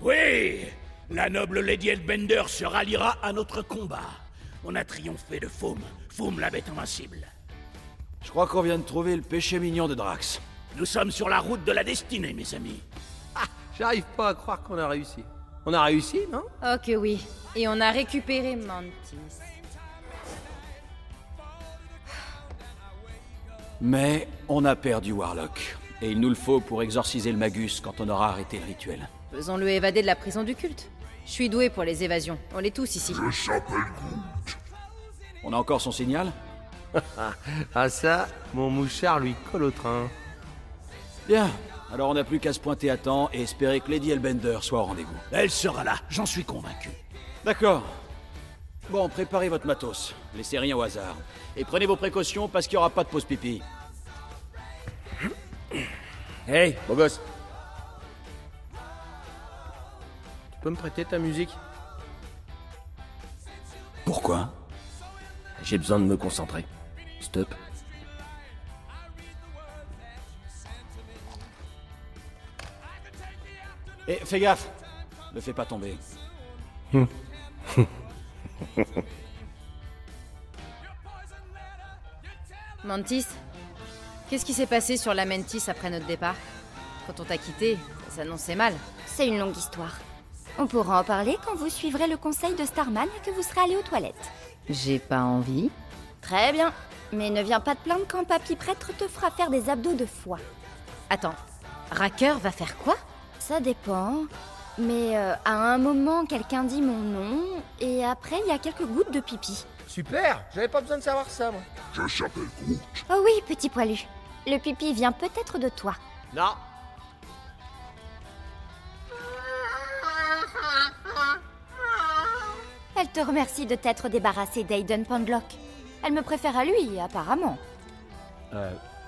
Oui La noble Lady Elbender se ralliera à notre combat. On a triomphé de Foum, Foum la bête invincible. Je crois qu'on vient de trouver le péché mignon de Drax. Nous sommes sur la route de la destinée, mes amis. J'arrive pas à croire qu'on a réussi. On a réussi, non Oh que oui. Et on a récupéré Mantis. Mais on a perdu Warlock. Et il nous le faut pour exorciser le Magus quand on aura arrêté le rituel. Faisons-le évader de la prison du culte. Je suis doué pour les évasions. On les tous ici. On a encore son signal Ah ça, mon mouchard lui colle au train. Bien. Alors on n'a plus qu'à se pointer à temps et espérer que Lady Elbender soit au rendez-vous. Elle sera là, j'en suis convaincu. D'accord. Bon, préparez votre matos. Laissez rien au hasard. Et prenez vos précautions parce qu'il n'y aura pas de pause pipi. Hey, beau gosse. Tu peux me prêter ta musique Pourquoi J'ai besoin de me concentrer. Stop. Et Eh, fais gaffe Ne fais pas tomber. Mantis Qu'est-ce qui s'est passé sur la Mantis après notre départ Quand on t'a quitté, ça s'annonçait mal. C'est une longue histoire. On pourra en parler quand vous suivrez le conseil de Starman et que vous serez allé aux toilettes. J'ai pas envie. Très bien. Mais ne viens pas te plaindre quand Papy Prêtre te fera faire des abdos de foie. Attends, Racker va faire quoi Ça dépend. Mais euh, à un moment, quelqu'un dit mon nom, et après, il y a quelques gouttes de pipi. Super J'avais pas besoin de savoir ça, moi. Oh oui, petit poilu. Le pipi vient peut-être de toi. Non. Elle te remercie de t'être débarrassé d'Aiden Pandlock. Elle me préfère à lui, apparemment.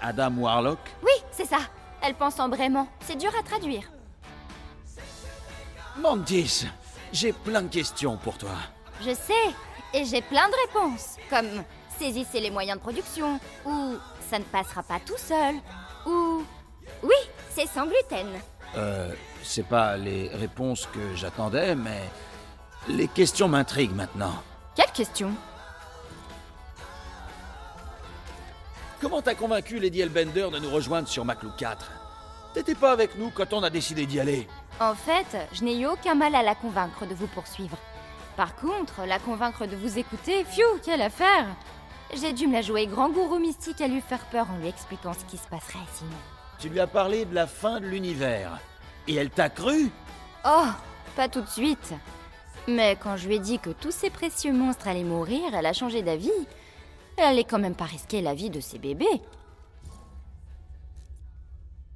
Adam Warlock Oui, c'est ça. Elle pense en brément. C'est dur à traduire. Mantis, j'ai plein de questions pour toi. Je sais, et j'ai plein de réponses, comme saisissez les moyens de production, ou ça ne passera pas tout seul, ou oui, c'est sans gluten. Euh, c'est pas les réponses que j'attendais, mais les questions m'intriguent maintenant. Quelle question Comment t'as convaincu Lady Elbender de nous rejoindre sur Maclou 4 T'étais pas avec nous quand on a décidé d'y aller. En fait, je n'ai eu aucun mal à la convaincre de vous poursuivre. Par contre, la convaincre de vous écouter, pfiou, quelle affaire J'ai dû me la jouer grand gourou mystique à lui faire peur en lui expliquant ce qui se passerait sinon. Tu lui as parlé de la fin de l'univers. Et elle t'a cru Oh, pas tout de suite. Mais quand je lui ai dit que tous ces précieux monstres allaient mourir, elle a changé d'avis. Elle allait quand même pas risquer la vie de ses bébés.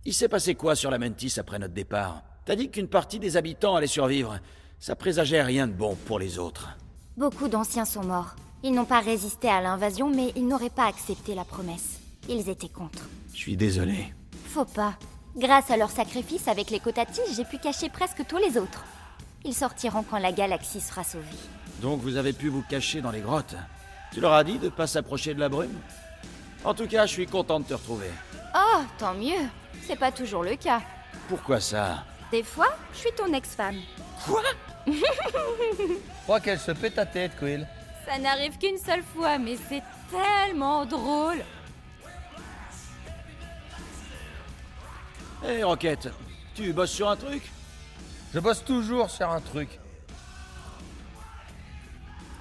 Il s'est passé quoi sur la Mentis après notre départ T'as dit qu'une partie des habitants allait survivre. Ça présageait rien de bon pour les autres. Beaucoup d'anciens sont morts. Ils n'ont pas résisté à l'invasion, mais ils n'auraient pas accepté la promesse. Ils étaient contre. Je suis désolé. Faut pas. Grâce à leur sacrifice avec les Cotatis, j'ai pu cacher presque tous les autres. Ils sortiront quand la galaxie sera sauvée. Donc vous avez pu vous cacher dans les grottes Tu leur as dit de pas s'approcher de la brume En tout cas, je suis content de te retrouver. Oh, tant mieux. C'est pas toujours le cas. Pourquoi ça Des fois, je suis ton ex-femme. Je crois qu'elle se pète ta tête, Quill. Ça n'arrive qu'une seule fois, mais c'est tellement drôle. Hé, Eh, Roquette, tu bosses sur un truc Je bosse toujours sur un truc.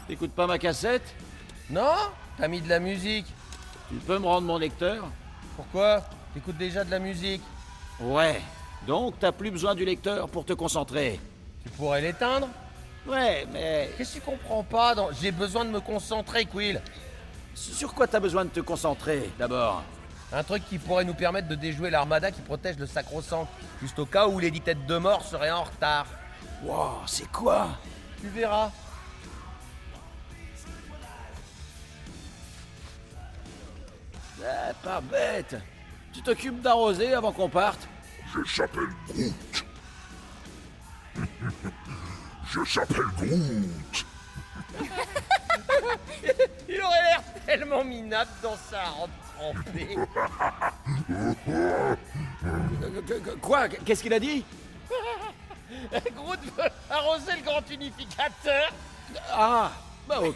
T'écoutes pas ma cassette Non T'as mis de la musique. Tu peux me rendre mon lecteur Pourquoi T'écoutes déjà de la musique. Ouais. Donc t'as plus besoin du lecteur pour te concentrer. Tu pourrais l'éteindre Ouais, mais Qu'est-ce que tu comprends pas dans... J'ai besoin de me concentrer, Quill. sur quoi t'as besoin de te concentrer d'abord Un truc qui pourrait nous permettre de déjouer l'armada qui protège le sacro-sang, juste au cas où les dix têtes de mort seraient en retard. Wow, c'est quoi Tu verras. Ah, pas bête Tu t'occupes d'arroser avant qu'on parte Je s'appelle Groot. Je s'appelle Groot. Il aurait l'air tellement minable dans sa robe trempée. Quoi Qu'est-ce qu'il a dit Groot veut arroser le grand unificateur Ah Bah ok.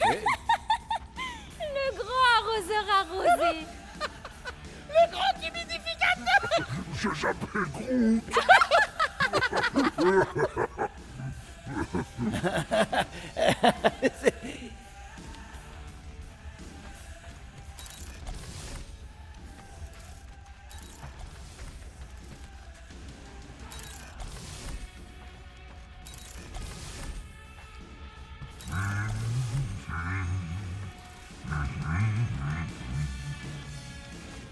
Le grand arroseur arrosé Je s'appelle Groot.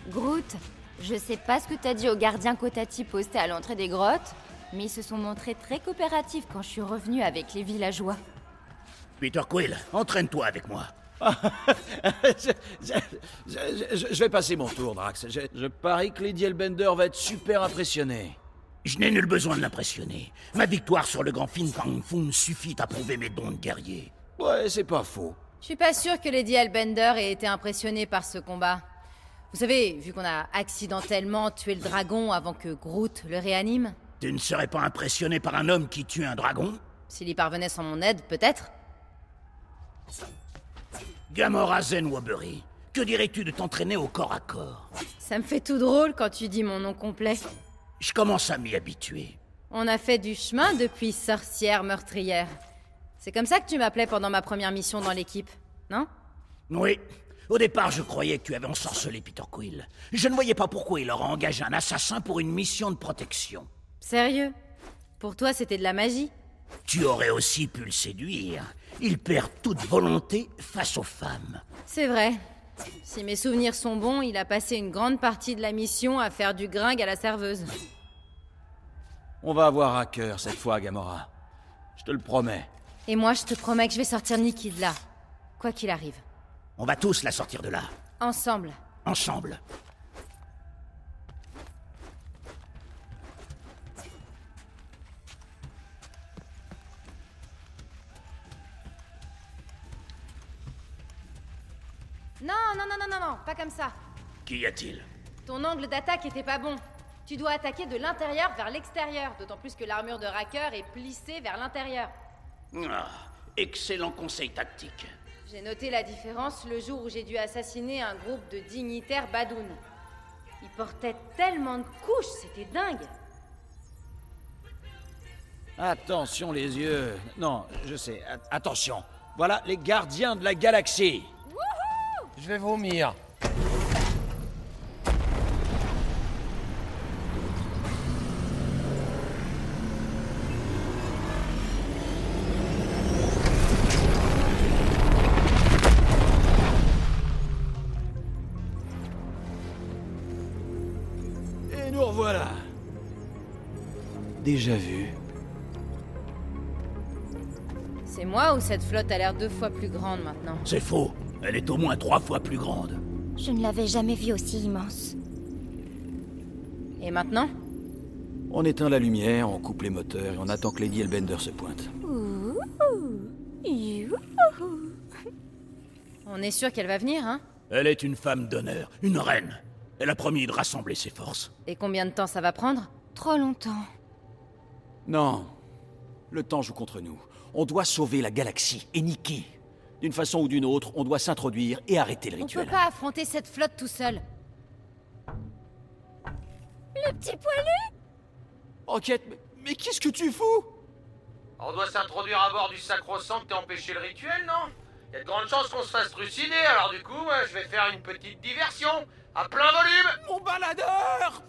Groot, je sais pas ce que t'as dit aux gardiens Kotati postés à l'entrée des grottes, mais ils se sont montrés très coopératifs quand je suis revenue avec les villageois. Peter Quill, entraîne-toi avec moi. je, je- je- je- je vais passer mon tour, Drax. Je, je parie que Lady Elbender va être super impressionnée. Je n'ai nul besoin de l'impressionner. Ma victoire sur le grand Fin Fang Foom suffit à prouver mes dons de guerrier. Ouais, c'est pas faux. Je suis pas sûre que Lady Albender ait été impressionnée par ce combat. Vous savez, vu qu'on a accidentellement tué le dragon avant que Groot le réanime, Tu ne serais pas impressionné par un homme qui tue un dragon s'il y parvenait sans mon aide, peut-être Gamora Zen Wobbery, que dirais-tu de t'entraîner au corps à corps Ça me fait tout drôle quand tu dis mon nom complet. Je commence à m'y habituer. On a fait du chemin depuis sorcière meurtrière. C'est comme ça que tu m'appelais pendant ma première mission dans l'équipe, non Oui. Au départ, je croyais que tu avais ensorcelé Peter Quill. Je ne voyais pas pourquoi il aurait engagé un assassin pour une mission de protection. Sérieux Pour toi, c'était de la magie Tu aurais aussi pu le séduire. Il perd toute volonté face aux femmes. C'est vrai. Si mes souvenirs sont bons, il a passé une grande partie de la mission à faire du gringue à la serveuse. On va avoir à cœur cette fois, Gamora. Je te le promets. Et moi, je te promets que je vais sortir Nikki de là. Quoi qu'il arrive. On va tous la sortir de là. Ensemble. Ensemble. Non, non, non, non, non, non, pas comme ça. Qu'y a-t-il Ton angle d'attaque était pas bon. Tu dois attaquer de l'intérieur vers l'extérieur, d'autant plus que l'armure de Racker est plissée vers l'intérieur. Ah, Excellent conseil tactique. J'ai noté la différence le jour où j'ai dû assassiner un groupe de dignitaires badounes. Ils portaient tellement de couches, c'était dingue. Attention les yeux. Non, je sais. A- attention. Voilà les gardiens de la galaxie. Je vais vomir. Et nous revoilà. Déjà vu. C'est moi ou cette flotte a l'air deux fois plus grande maintenant C'est faux. Elle est au moins trois fois plus grande. Je ne l'avais jamais vu aussi immense. Et maintenant On éteint la lumière, on coupe les moteurs et on attend que Lady Elbender se pointe. On est sûr qu'elle va venir, hein Elle est une femme d'honneur, une reine. Elle a promis de rassembler ses forces. Et combien de temps ça va prendre Trop longtemps. Non. Le temps joue contre nous. On doit sauver la galaxie et Nikki. D'une façon ou d'une autre, on doit s'introduire et arrêter le On rituel. peut pas affronter cette flotte tout seul. Le petit poilu Enquête, mais, mais qu'est-ce que tu fous On doit s'introduire à bord du sacro-saint et empêcher le rituel, non Il y a de grandes chances qu'on se fasse trucider, alors du coup, euh, je vais faire une petite diversion, à plein volume Mon baladeur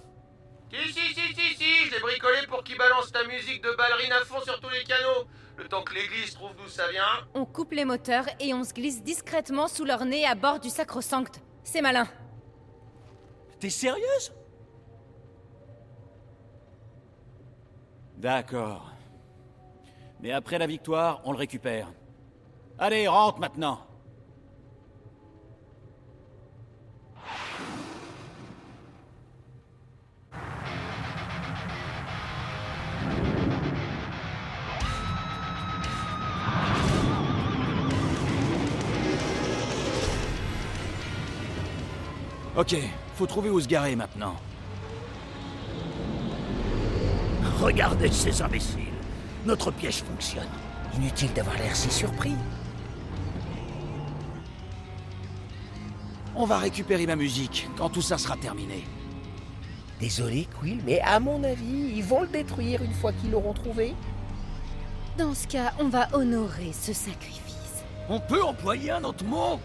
Si, si, si, si, si, je l'ai bricolé pour qu'il balance ta musique de ballerine à fond sur tous les canaux, le temps que l'église trouve d'où ça vient. On coupe les moteurs et on se glisse discrètement sous leur nez à bord du sacro-sancte. C'est malin. T'es sérieuse D'accord. Mais après la victoire, on le récupère. Allez, rentre maintenant Ok, faut trouver où se garer maintenant. Regardez ces imbéciles. Notre piège fonctionne. Inutile d'avoir l'air si surpris. On va récupérer ma musique quand tout ça sera terminé. Désolé, Quill, mais à mon avis, ils vont le détruire une fois qu'ils l'auront trouvé. Dans ce cas, on va honorer ce sacrifice. On peut employer un autre mot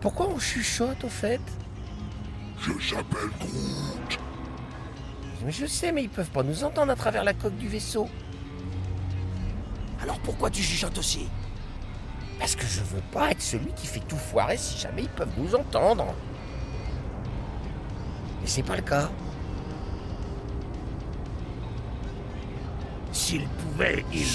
Pourquoi on chuchote au fait Je s'appelle Groot. Mais je sais, mais ils peuvent pas nous entendre à travers la coque du vaisseau. Alors pourquoi tu chuchotes aussi Parce que je veux pas être celui qui fait tout foirer si jamais ils peuvent nous entendre. Mais c'est pas le cas. S'il pouvait, il...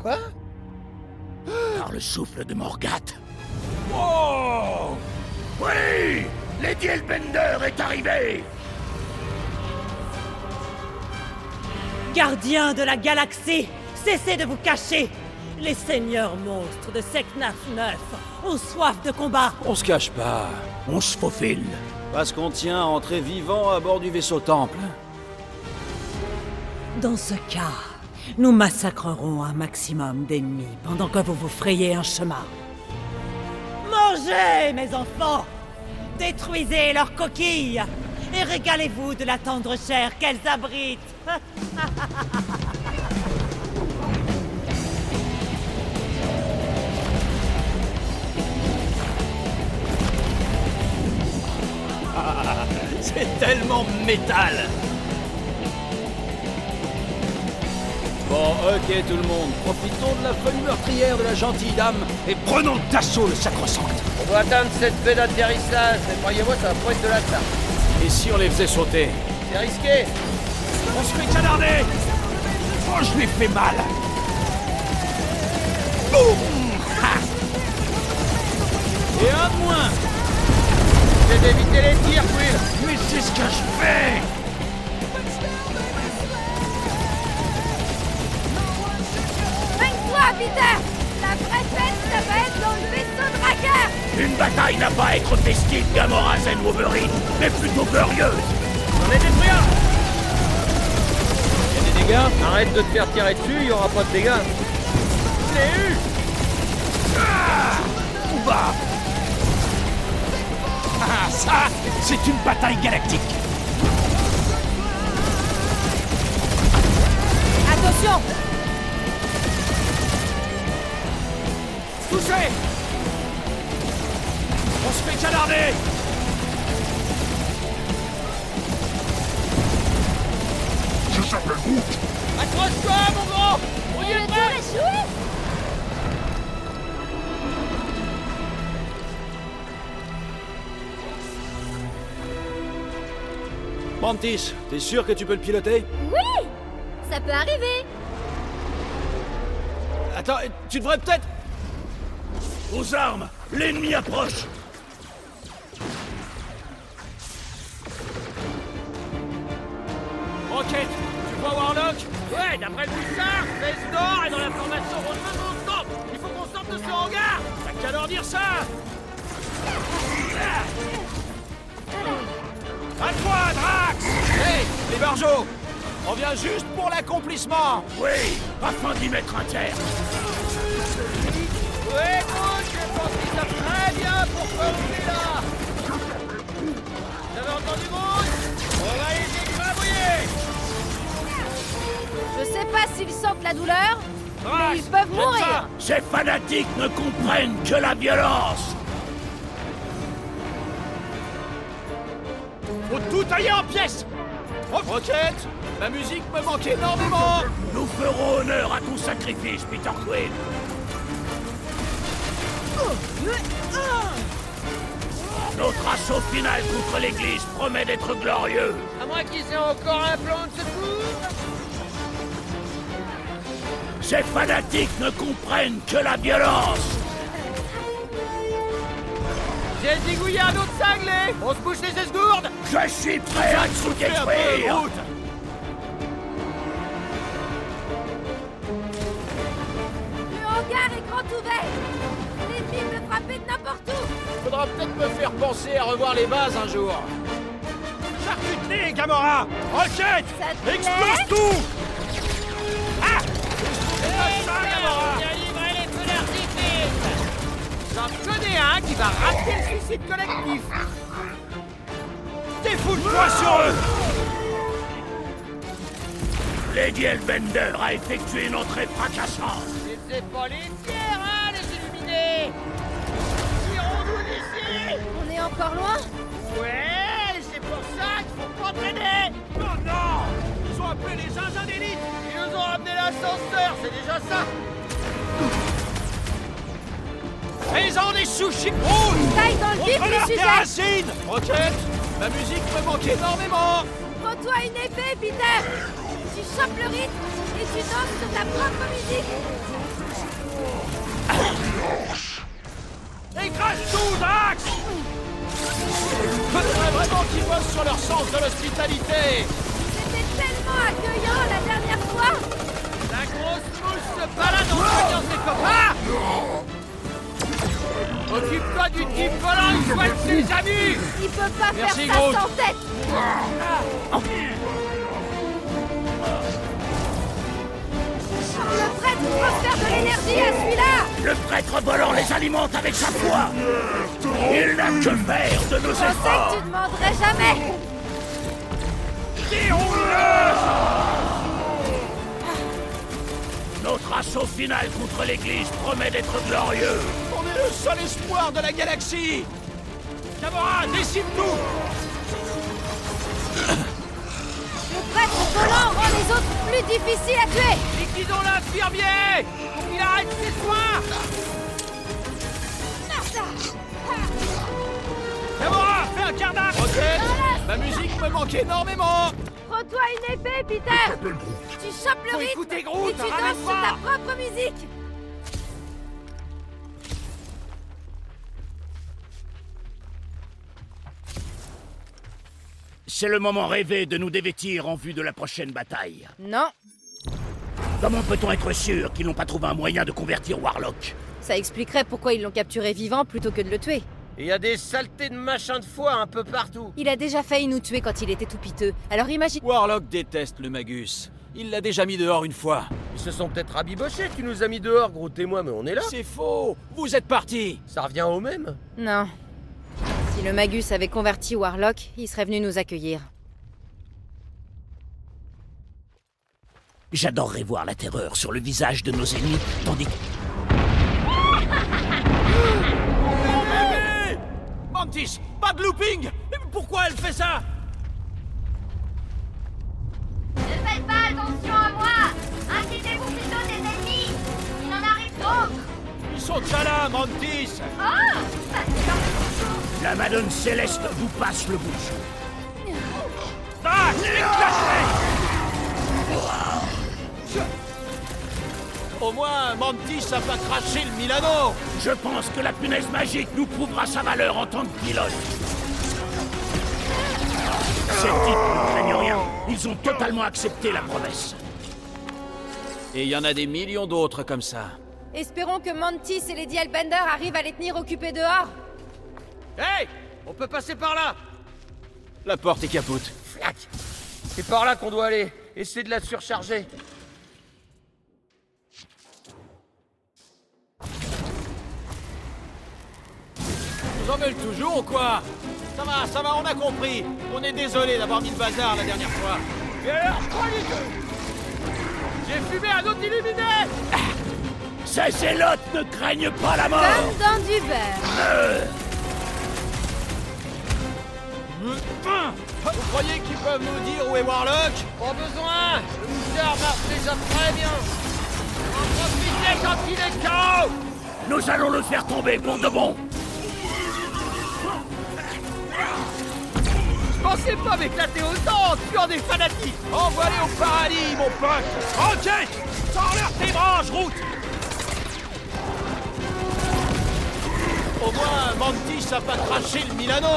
Quoi Par le souffle de Morgath. Wow Oh Oui Lady Elbender est arrivée Gardiens de la galaxie, cessez de vous cacher Les seigneurs monstres de Seknaf 9 ont soif de combat On se cache pas. On se faufile. Parce qu'on tient à entrer vivant à bord du vaisseau temple. Dans ce cas, nous massacrerons un maximum d'ennemis pendant que vous vous frayez un chemin. Mangez, mes enfants Détruisez leurs coquilles et régalez-vous de la tendre chair qu'elles abritent C'est tellement métal Bon, ok tout le monde, profitons de la folie meurtrière de la gentille dame et prenons d'assaut le sacro-saint. On doit atteindre cette baie d'atterrissage, mais croyez-moi, ça va pas être de la tarte. Et si on les faisait sauter C'est risqué On se fait canarder Oh, je l'ai fait mal Et un de moins C'est d'éviter les tirs, Quill Mais c'est ce que je fais Règne-toi, Peter La vraie fête, ça va être dans le vaisseau dragueur Une bataille n'a pas à être festive, Gamora Zen Wolverine, mais plutôt glorieuse On est détruits un. Y'a des dégâts Arrête de te faire tirer dessus, il y aura pas de dégâts. Je l'ai eu Tout bas Ah, ça, c'est une bataille galactique Attention Touché On se fait canarder Je s'appelle Groot. Accroche-toi, mon grand On y est presque Mantis, t'es sûr que tu peux le piloter Oui Ça peut arriver Attends, tu devrais peut-être... Aux armes L'ennemi approche Rocket, tu crois Warlock Ouais, d'après le Bouchard, Face d'or est dans la formation relevé de temple Il faut qu'on sorte de ce hangar Ça qu'à leur dire ça À toi, Drax Hey, les barjots On vient juste pour l'accomplissement Oui Afin d'y mettre un terme Ouais, moi, je pense qu'ils savent très bien pourquoi on est là Vous avez entendu, Groot On va les écrabouiller Je sais pas s'ils sentent la douleur, mais ils peuvent mourir Ces fanatiques ne comprennent que la violence Faut tout tailler en pièces Rocket La musique me manque énormément Nous ferons honneur à ton sacrifice, Peter Quill Notre assaut final contre l'église promet d'être glorieux À moins qu'ils aient encore un plan de secours Ces fanatiques ne comprennent que la violence J'ai zigouillé un autre cinglé On se bouche les esgourdes Je suis prêt à tout détruire Le hangar est grand ouvert L'ennemi peut frapper de n'importe où Faudra peut-être me faire penser à revoir les bases un jour. Charcute-les, Gamora Rocket Ça te Explose tout J'en connais un qui va rater le suicide collectif Défoule-toi sur eux Lady Elvender a effectué une entrée fracassante C'est pas les tiers, hein, les illuminés Tirons-nous d'ici On est encore loin Ouais, c'est pour ça qu'il faut pas traîner Oh non Ils ont appelé les zinzins d'élite Ils nous ont ramené l'ascenseur, c'est déjà ça Fais-en des sushis Oh rouges Taille dans le vif Contre le leur sujet terracine Rocket La musique me manque énormément Prends-toi une épée, Peter Tu chopes le rythme et tu danses sur ta propre musique Écrase tout, Dax Faudrait vraiment qu'ils bossent sur leur sens de l'hospitalité C'était tellement accueillant la dernière fois La grosse moule se balade en soignant ses copains Occupe-toi du type volant une fois que tu les amuses Il peut pas Merci, faire ça Groot. sans tête Par le prêtre transfère de l'énergie à celui-là Le prêtre volant les alimente avec sa foi Il n'a que faire de nos Je sais que efforts tu demanderais jamais Notre assaut final contre l'église promet d'être glorieux On est le seul espoir de la galaxie Gamora, décime-nous Le prêtre volant rend les autres plus difficiles à tuer Liquidons l'infirmier Pour qu'il arrête ses soins Gamora, fais un quart d'arc Rocket La musique me manque énormément Prends-toi une épée, Peter Tu chopes le rythme écouter Groot, et tu danses ramène-toi. sur ta propre musique C'est le moment rêvé de nous dévêtir en vue de la prochaine bataille. Non, Comment peut-on être sûr qu'ils n'ont pas trouvé un moyen de convertir Warlock ça expliquerait pourquoi ils l'ont capturé vivant plutôt que de le tuer. Il y a des saletés de machin de foie un peu partout Il a déjà failli nous tuer quand il était tout piteux, alors imagine... Warlock déteste le Magus. Il l'a déjà mis dehors une fois. Ils se sont peut-être rabibochés, tu nous as mis dehors, gros témoin, mais on est là Hein C'est faux Vous êtes partis Ça revient au même Non. Si le Magus avait converti Warlock, il serait venu nous accueillir. J'adorerais voir la terreur sur le visage de nos ennemis, tandis que... Mantis, pas de looping Mais Pourquoi elle fait ça Ne faites pas attention à moi Incitez-vous plutôt des ennemis Il en arrive d'autres Ils sont déjà là, Mantis Oh Ça La Madone Céleste vous passe le bouchon. Dax, Au moins, Mantis a pas craché le Milano Je pense que la punaise magique nous prouvera sa valeur en tant que pilote. Ces types ne craignent rien. Ils ont totalement accepté la promesse. Et il y en a des millions d'autres comme ça. Espérons que Mantis et Lady Elbender arrivent à les tenir occupés dehors. Hey On peut passer par là La porte est capote. Flac C'est par là qu'on doit aller Essayez de la surcharger Vous en veulent toujours ou quoi Ça va, ça va, on a compris. On est désolé d'avoir mis le bazar la dernière fois. Et alors, je crois les deux J'ai fumé un autre illuminé Ces zélotes ne craignent pas la mort Comme dans du beurre. Vous croyez qu'ils peuvent nous dire où est Warlock Pas besoin Le booster marche déjà très bien En profitez quand il est KO Nous allons le faire tomber pour de bon Je pensais pas m'éclater autant en tuant des fanatiques Envoyez au paradis, mon pote Ok Sors-leur tes branches, route Au moins, Mantis a pas craché le Milano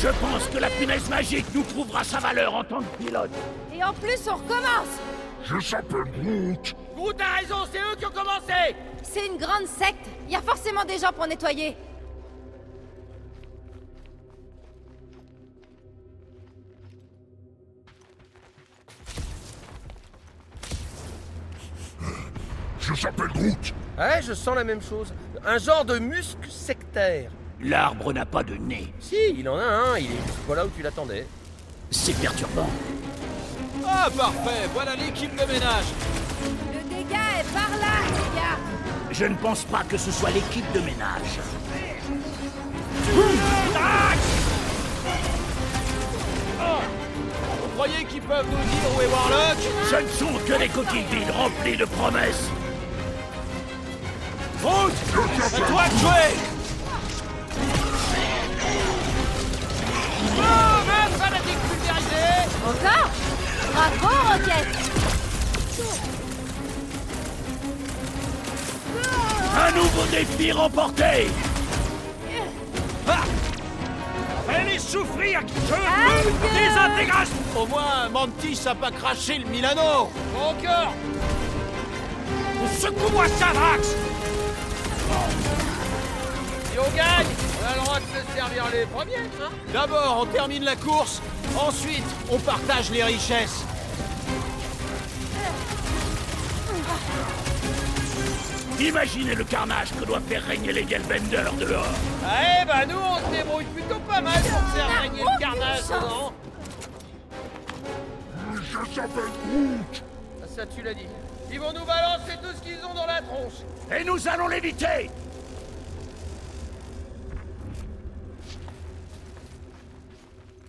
Je pense que la punaise magique nous prouvera sa valeur en tant que pilote Et en plus, on recommence Je s'appelle Groot. Groot a raison, c'est eux qui ont commencé C'est une grande secte Il y a forcément des gens pour nettoyer Je s'appelle Groot. Ouais, je sens la même chose. Un genre de muscle sectaire. L'arbre n'a pas de nez, Si, il en a un, il est juste pas là où tu l'attendais. c'est perturbant Ah, parfait Voilà l'équipe de ménage Le dégât est par là, les gars Je ne pense pas que ce soit l'équipe de ménage Vous croyez qu'ils peuvent nous dire où est Warlock Ce ne sont que des coquilles vides remplies de promesses Route C'est toi de jouer Encore Bravo, Rocket Un nouveau défi remporté Ah. Allez hein. souffrir Désintégration Au moins, Mantis a pas craché le Milano Encore Secoue-moi ça, Drax Si on gagne, on a le droit de se servir les premiers, hein D'abord, on termine la course, ensuite, on partage les richesses. Imaginez le carnage que doit faire régner les Gelbenders dehors Eh bah nous, on se débrouille plutôt pas mal pour faire régner le carnage, non Je s'appelle Groot. Ah, Ça, tu l'as dit. Ils vont nous balancer tout ce qu'ils ont dans la tronche. Et nous allons l'éviter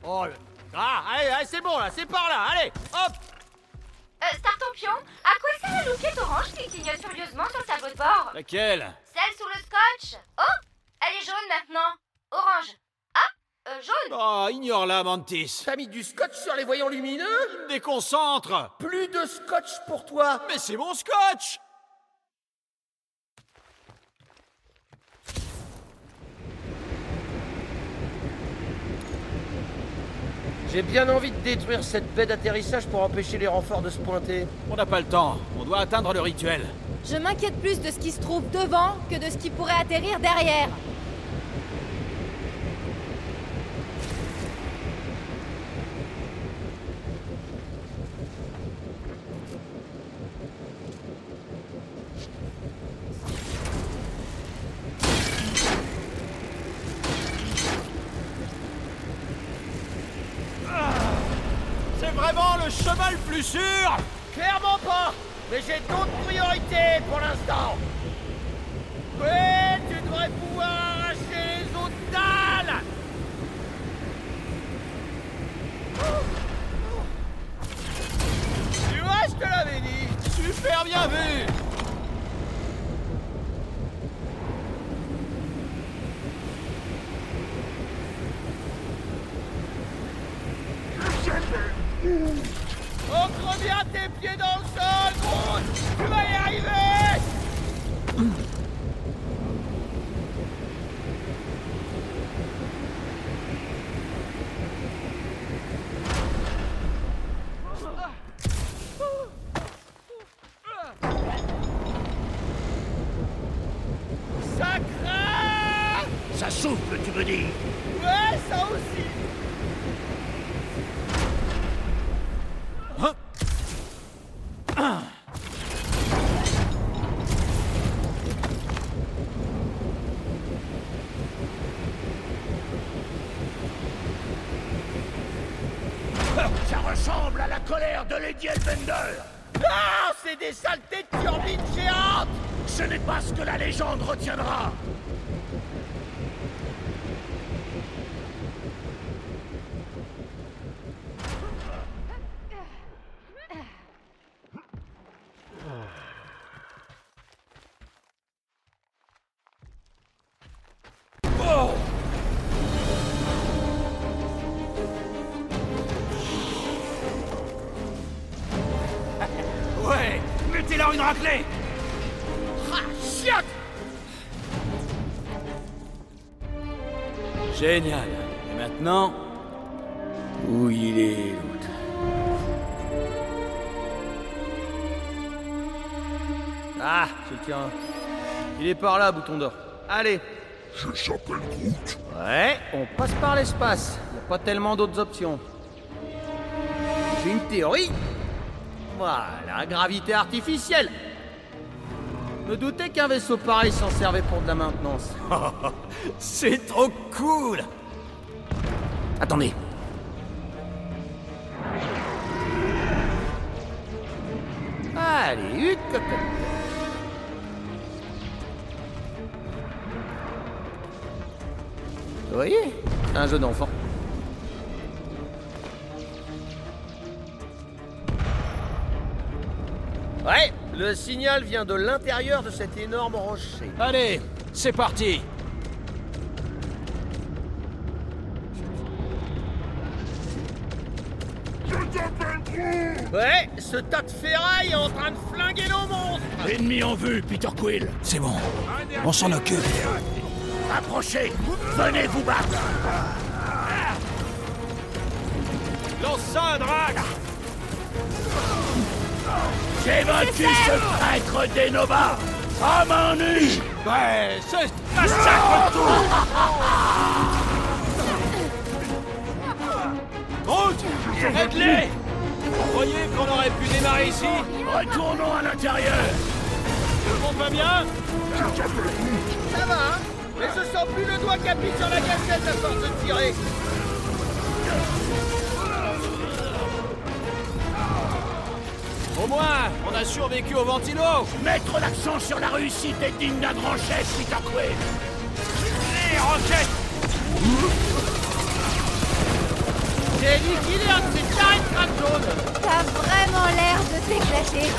Oh, le- ah, allez, allez, c'est bon, là, c'est par là, allez, hop Euh, Starton Pion, à quoi sert la louquette orange qui clignote furieusement sur le tableau de bord Laquelle Celle sous le scotch Oh Elle est jaune maintenant Orange Ah euh, Jaune Oh, ignore-la, Mantis. T'as mis du scotch sur les voyants lumineux Déconcentre Plus de scotch pour toi Mais c'est mon scotch J'ai bien envie de détruire cette baie d'atterrissage pour empêcher les renforts de se pointer. On n'a pas le temps, on doit atteindre le rituel. Je m'inquiète plus de ce qui se trouve devant que de ce qui pourrait atterrir derrière C'est vraiment le chemin le plus sûr Clairement pas Mais j'ai d'autres priorités pour l'instant Ouais, tu devrais pouvoir arracher les autres dalles Oh, Tu vois, je te l'avais dit Super bien vu Ancre bien tes pieds dans le sol, Groot Tu vas y arriver Sacré Ça souffle, tu veux dire Ouais, ça aussi Ça ressemble à la colère de Lady Elbender Ah, c'est des saletés de turbines géantes Ce n'est pas ce que la légende retiendra une raclée Ah, chiotte Génial. Et maintenant, Où il est, l'autre Ah, je le tiens. Il est par là, bouton d'or. Allez. Je s'appelle Groot. Ouais, on passe par l'espace. Y a pas tellement d'autres options. J'ai une théorie. Voilà, gravité artificielle. Me doutais qu'un vaisseau pareil s'en servait pour de la maintenance. c'est trop cool. Attendez. Allez, une cocotte. Vous voyez C'est un jeu d'enfant. Ouais, le signal vient de l'intérieur de cet énorme rocher. Allez, c'est parti. Ouais, ce tas de ferraille est en train de flinguer nos monstres Ennemi en vue, Peter Quill C'est bon. On s'en occupe. Approchez Venez vous battre Lance ça, Drag J'ai vaincu ce prêtre des Nova À main nue Ouais, c'est Ah massacre tout Groot Aide-les Vous croyez qu'on aurait pu démarrer ici Retournons à l'intérieur Tout le monde va bien Ça va, hein Mais je sens plus le doigt qui appuie sur la gâchette à force de tirer Au moins, on a survécu au ventilo Mettre l'accent sur la réussite est digne d'un grand chef, Peter Quill Les roquettes J'ai liquidé un de ces tarés de crâne jaune T'as vraiment l'air de t'éclater.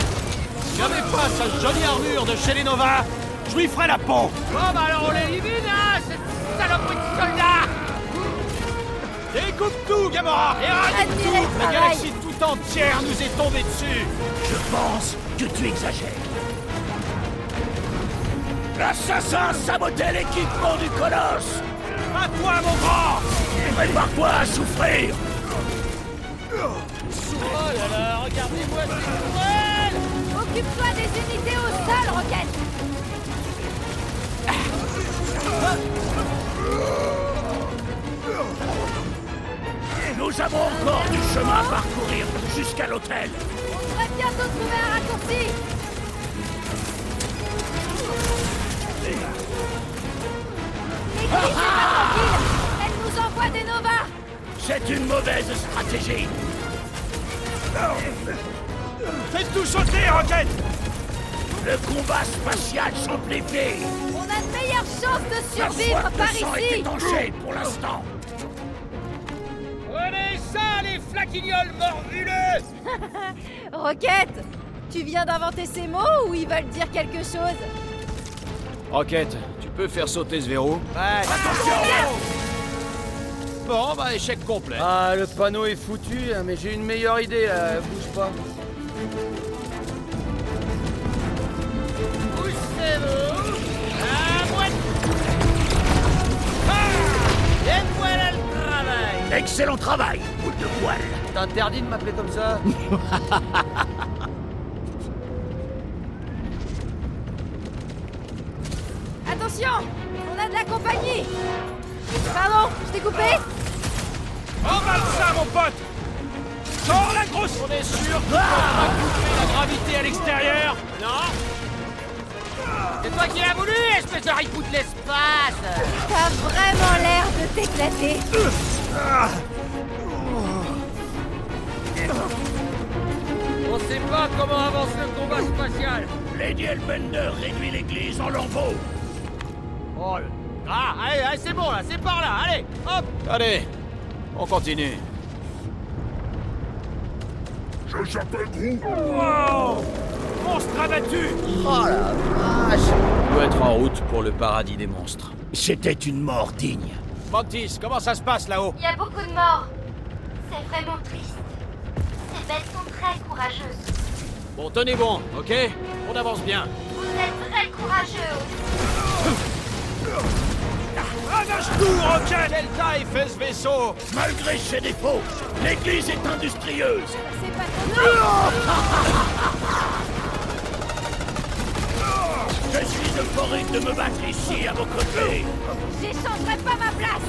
J'avais pas sa jolie armure de chez les Nova Je lui ferai la peau Bon bah alors on l'élimine, hein, cette saloperie de soldat Découpe tout, Gamora Et Admirez rajoute tout le La travail. galaxie tout entière nous est tombée dessus Je pense que tu exagères. L'assassin sabotait l'équipement du colosse À toi, mon grand Il va devoir toi à souffrir Oh là là, regardez-moi ces nouvelles Occupe-toi des unités au sol, Rocket. Nous avons encore du chemin à parcourir jusqu'à l'hôtel On va bientôt trouver un raccourci. L'église est pas tranquille. Elle nous envoie des novas. C'est une mauvaise stratégie Faites tout sauter, Rocket Le combat spatial s'amplifie On a de meilleures chances de La survivre soif de par sang ici. est étanchée pour l'instant Prenez ça, les flaquignoles morbuleux Roquette Tu viens d'inventer ces mots ou ils veulent dire quelque chose Rocket, tu peux faire sauter ce verrou Ouais. Bon, bah échec complet. Ah, le panneau est foutu, hein, mais j'ai une meilleure idée, là. Bouge pas. Poussez-vous à droite Ah Et voilà le travail Excellent travail, boule de poil T'interdis de m'appeler comme ça Attention On a de la compagnie Pardon, je t'ai coupé Emballe ça, mon pote Sors la grosse On est sûr qu'on va Ah couper la gravité à l'extérieur Non C'est toi qui l'as voulu, espèce de ripout de l'espace T'as vraiment l'air de t'éclater On sait pas comment avance le combat spatial Lady Elbender réduit l'église en lambeaux Oh là Ah, allez, allez, c'est bon là, c'est par là, allez, hop Allez, on continue. Je s'appelle Groot. Monstre abattu On doit être en route pour le paradis des monstres. C'était une mort digne Mantis, comment ça se passe là-haut Il y a beaucoup de morts. C'est vraiment triste. Ces bêtes sont très courageuses. Bon, tenez bon, ok On avance bien. Vous êtes très courageux Arrache-nous, Rocket Quelle taille fait ce vaisseau Malgré ses défauts, l'église est industrieuse C'est pas Je suis euphorique de me battre ici à vos côtés J'échangerai pas ma place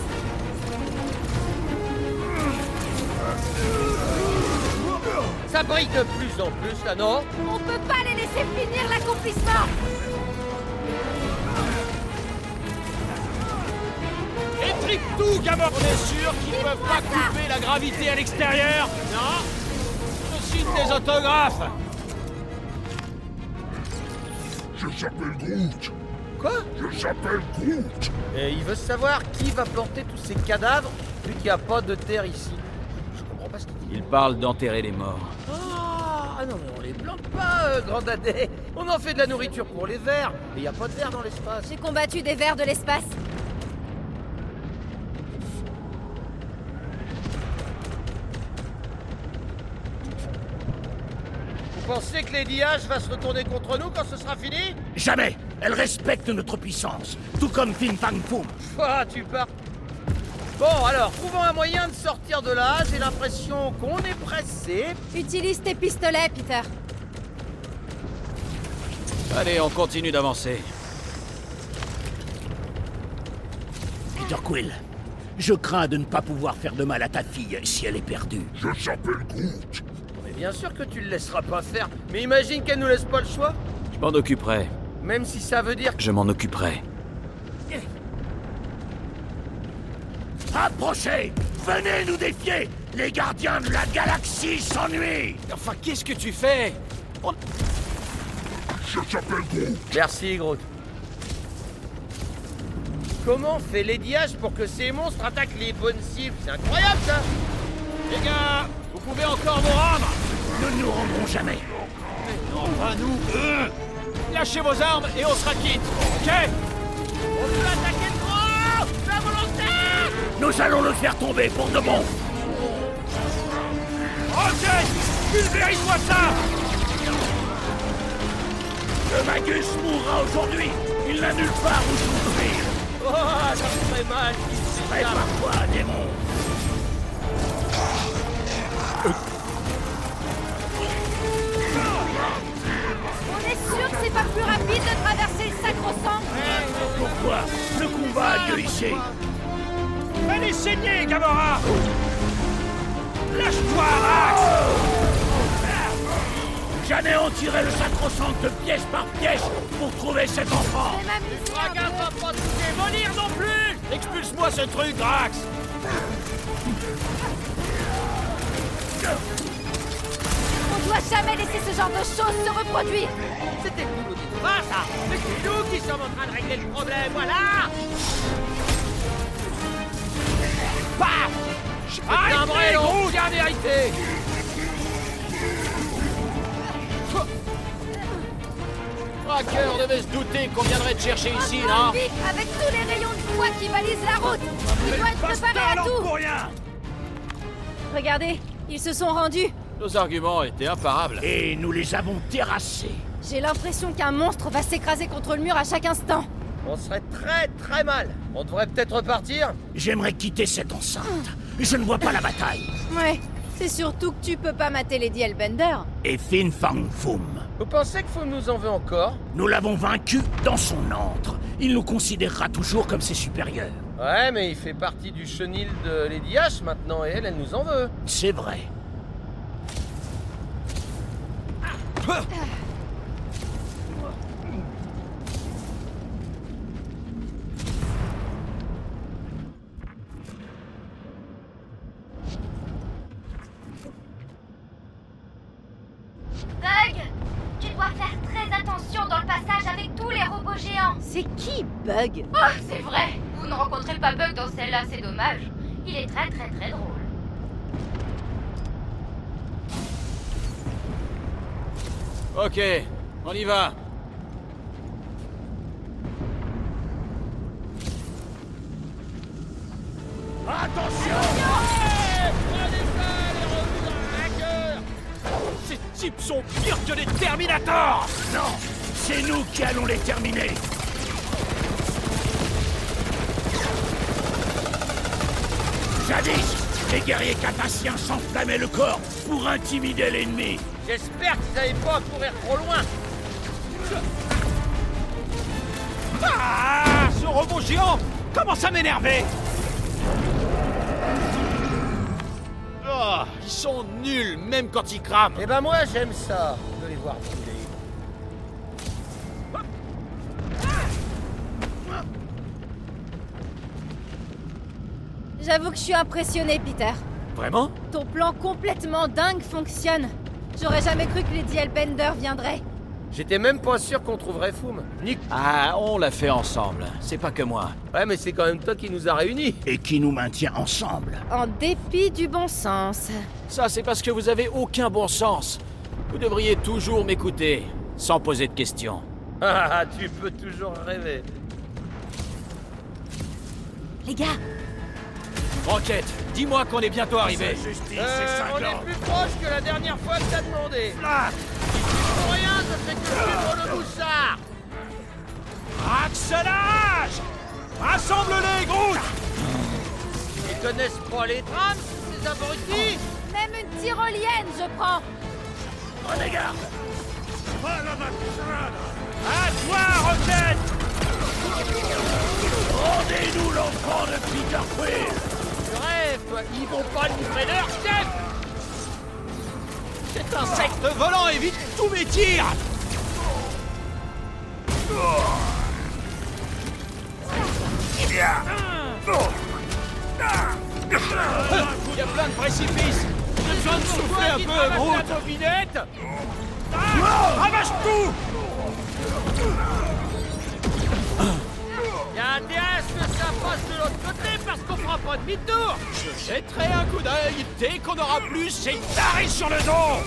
Ça brille de plus en plus là, non On peut pas les laisser finir l'accomplissement Étripe tout, gamin On est sûr qu'ils peuvent pas couper la gravité à l'extérieur Non Je signe des autographes Je s'appelle Groot. Quoi Je s'appelle Groot. Et il veut savoir qui va planter tous ces cadavres vu qu'il n'y a pas de terre ici. Je comprends pas ce qu'il dit. Il parle d'enterrer les morts. Ah ah non, mais on les plante pas, euh, grand dadais. On en fait de la nourriture pour les vers. Et il n'y a pas de vers dans l'espace. J'ai combattu des vers de l'espace. Vous pensez que Lady H va se retourner contre nous quand ce sera fini Jamais Elle respecte notre puissance, tout comme Fin Fang Foom Ah, tu pars. Bon, alors, trouvons un moyen de sortir de là. J'ai l'impression qu'on est pressé. Utilise tes pistolets, Peter. Allez, on continue d'avancer. Peter Quill, je crains de ne pas pouvoir faire de mal à ta fille si elle est perdue. Je s'appelle Groot. Mais bien sûr que tu le laisseras pas faire. Mais imagine qu'elle nous laisse pas le choix. Je m'en occuperai. Même si ça veut dire. Je m'en occuperai. Approchez Venez nous défier Les gardiens de la galaxie s'ennuient Enfin, qu'est-ce que tu fais Oh. Je s'appelle Groot. Merci, Groot. Comment fait Lady H pour que ces monstres attaquent les bonnes cibles C'est incroyable ça Les gars, vous pouvez encore vous rendre Nous ne nous rendrons jamais Non, pas nous, eux Lâchez vos armes et on sera quitte, ok On peut attaquer le gros La volonté Nous allons le faire tomber pour de bon Rocket Pulvérise-moi ça Le Magus mourra aujourd'hui Il n'a nulle part où souffrir Oh, ça fait mal Prépare-toi, démon On est sûr que c'est pas plus rapide de traverser le sacro-sang Pourquoi Le combat a lieu ici Allez saigner, Gamora Lâche-toi, Rax J'anéantirai le sacro-sang de pièce par pièce pour trouver cet enfant C'est ma musique Chacun va pas se démolir non plus Expulse-moi ce truc, Rax On doit jamais laisser ce genre de choses se reproduire C'était le boulot du combat ça Mais c'est nous qui sommes en train de régler le problème, voilà Paf Arrêtez, gros Regardez, arrêtez Tracker devait se douter qu'on viendrait te chercher ici, là Vite, avec tous les rayons de bois qui balisent la route Il doit être préparé à Bastard, tout pour rien Regardez, ils se sont rendus. Nos arguments étaient imparables. Et nous les avons terrassés J'ai l'impression qu'un monstre va s'écraser contre le mur à chaque instant. On serait très très mal On devrait peut-être repartir J'aimerais quitter cette enceinte. Je ne vois pas la bataille. Ouais, c'est surtout que tu peux pas mater Lady Hellbender. Et Fin Fang Foom. Vous pensez que Foum nous en veut encore Nous l'avons vaincu dans son antre. Il nous considérera toujours comme ses supérieurs. Ouais, mais il fait partie du chenil de Lady H maintenant, et elle, elle nous en veut C'est vrai. Bug Tu dois faire très attention dans le passage avec tous les robots géants C'est qui, Bug Oh, c'est vrai Vous ne rencontrez pas Bug dans celle-là, c'est dommage. Il est très très très drôle. Ok, on y va. Attention C'est- types sont pires que les Terminators Non C'est nous qui allons les terminer Jadis, les guerriers capatiens s'enflammaient le corps pour intimider l'ennemi. J'espère qu'ils n'avaient pas à courir trop loin. Ah Ce robot géant commence à m'énerver Ah, Ils sont nuls, même quand ils crament Eh ben moi j'aime ça, de les voir filer. J'avoue que je suis impressionnée, Peter. Vraiment Ton plan complètement dingue fonctionne. J'aurais jamais cru que Lady Elbender viendrait. J'étais même pas sûr qu'on trouverait Foum. Nick. Ah, on l'a fait ensemble. C'est pas que moi. Ouais mais c'est quand même toi qui nous a réunis. Et qui nous maintient ensemble. En dépit du bon sens. Ça, c'est parce que vous avez aucun bon sens. Vous devriez toujours m'écouter, sans poser de questions. Ah tu peux toujours rêver. Les gars, Enquête, dis-moi qu'on est bientôt arrivé. Justice Euh, on est plus proche que la dernière fois que t'as demandé. Pour rien, ça fait que suivre le boussard. Axelage Rassemble-les, Groot Ils connaissent pas les trames, ces abrutis Même une tyrolienne, je prends. Prenez garde À toi, Rocket Rendez-nous l'enfant de Peter Quill Bref, ils vont pas nous freiner leur chef Cet insecte volant évite tous mes tirs Il y a plein de précipices J'ai besoin de souffler un peu, gros La bobinette Ravage tout Y'a intérêt à ce que ça passe de l'autre côté parce qu'on fera pas demi-tour Je jetterai un coup d'œil dès qu'on aura plus, c'est T'arrives sur le dos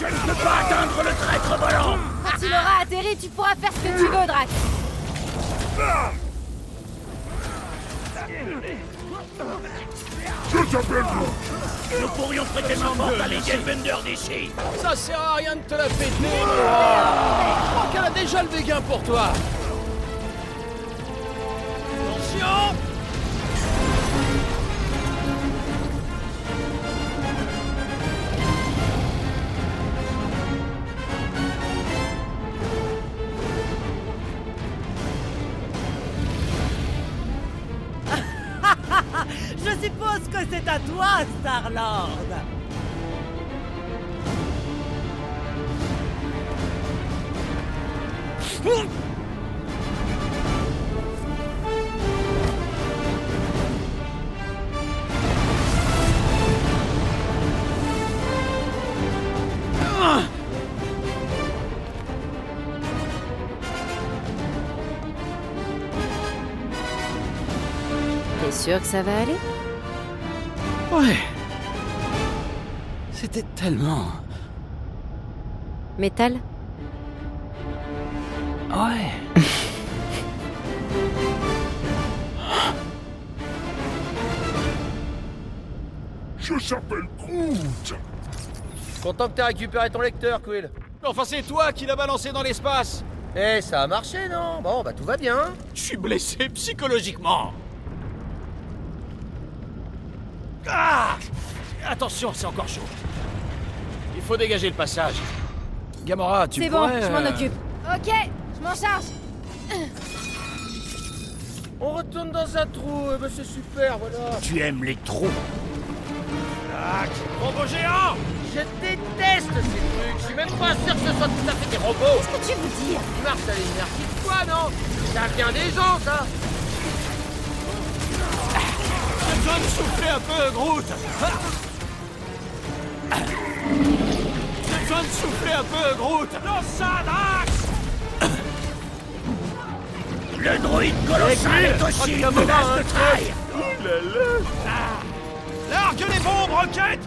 Je ne peux pas atteindre le traître volant Quand il aura atterri, tu pourras faire ce que tu veux, Drax. Je s'appelle Groot. Nous pourrions prêter main forte à Lady Elbender d'ici Ça sert à rien de te la péter Je crois qu'elle a déjà le béguin pour toi Attention Je suppose que c'est à toi, Star-Lord T'es sûr que ça va aller Ouais. C'était tellement... Métal Ouais. Je s'appelle Groot. Content que t'aies récupéré ton lecteur, Quill. Enfin, c'est toi qui l'as balancé dans l'espace Eh, ça a marché, non Bon, bah tout va bien. Je suis blessé psychologiquement Ah Attention, c'est encore chaud. Il faut dégager le passage. Gamora, Ah, tu C'est bon, pourrais, je m'en euh, occupe. Ok, je m'en charge. On retourne dans un trou, eh ben, c'est super, voilà. Tu aimes les trous Tac Robot géant Je déteste ces trucs, je suis même pas sûr que ce soit tout à fait des robots. Qu'est-ce que tu veux dire Ils marchent à l'énergie de quoi, non Ça vient des gens, ça J'ai besoin de souffler un peu, Groot Ah. J'ai besoin de souffler un peu, Groot Lance ça, Drax Le droïde colossal est aussi une menace de trail Oh Largue les bombes, Rocket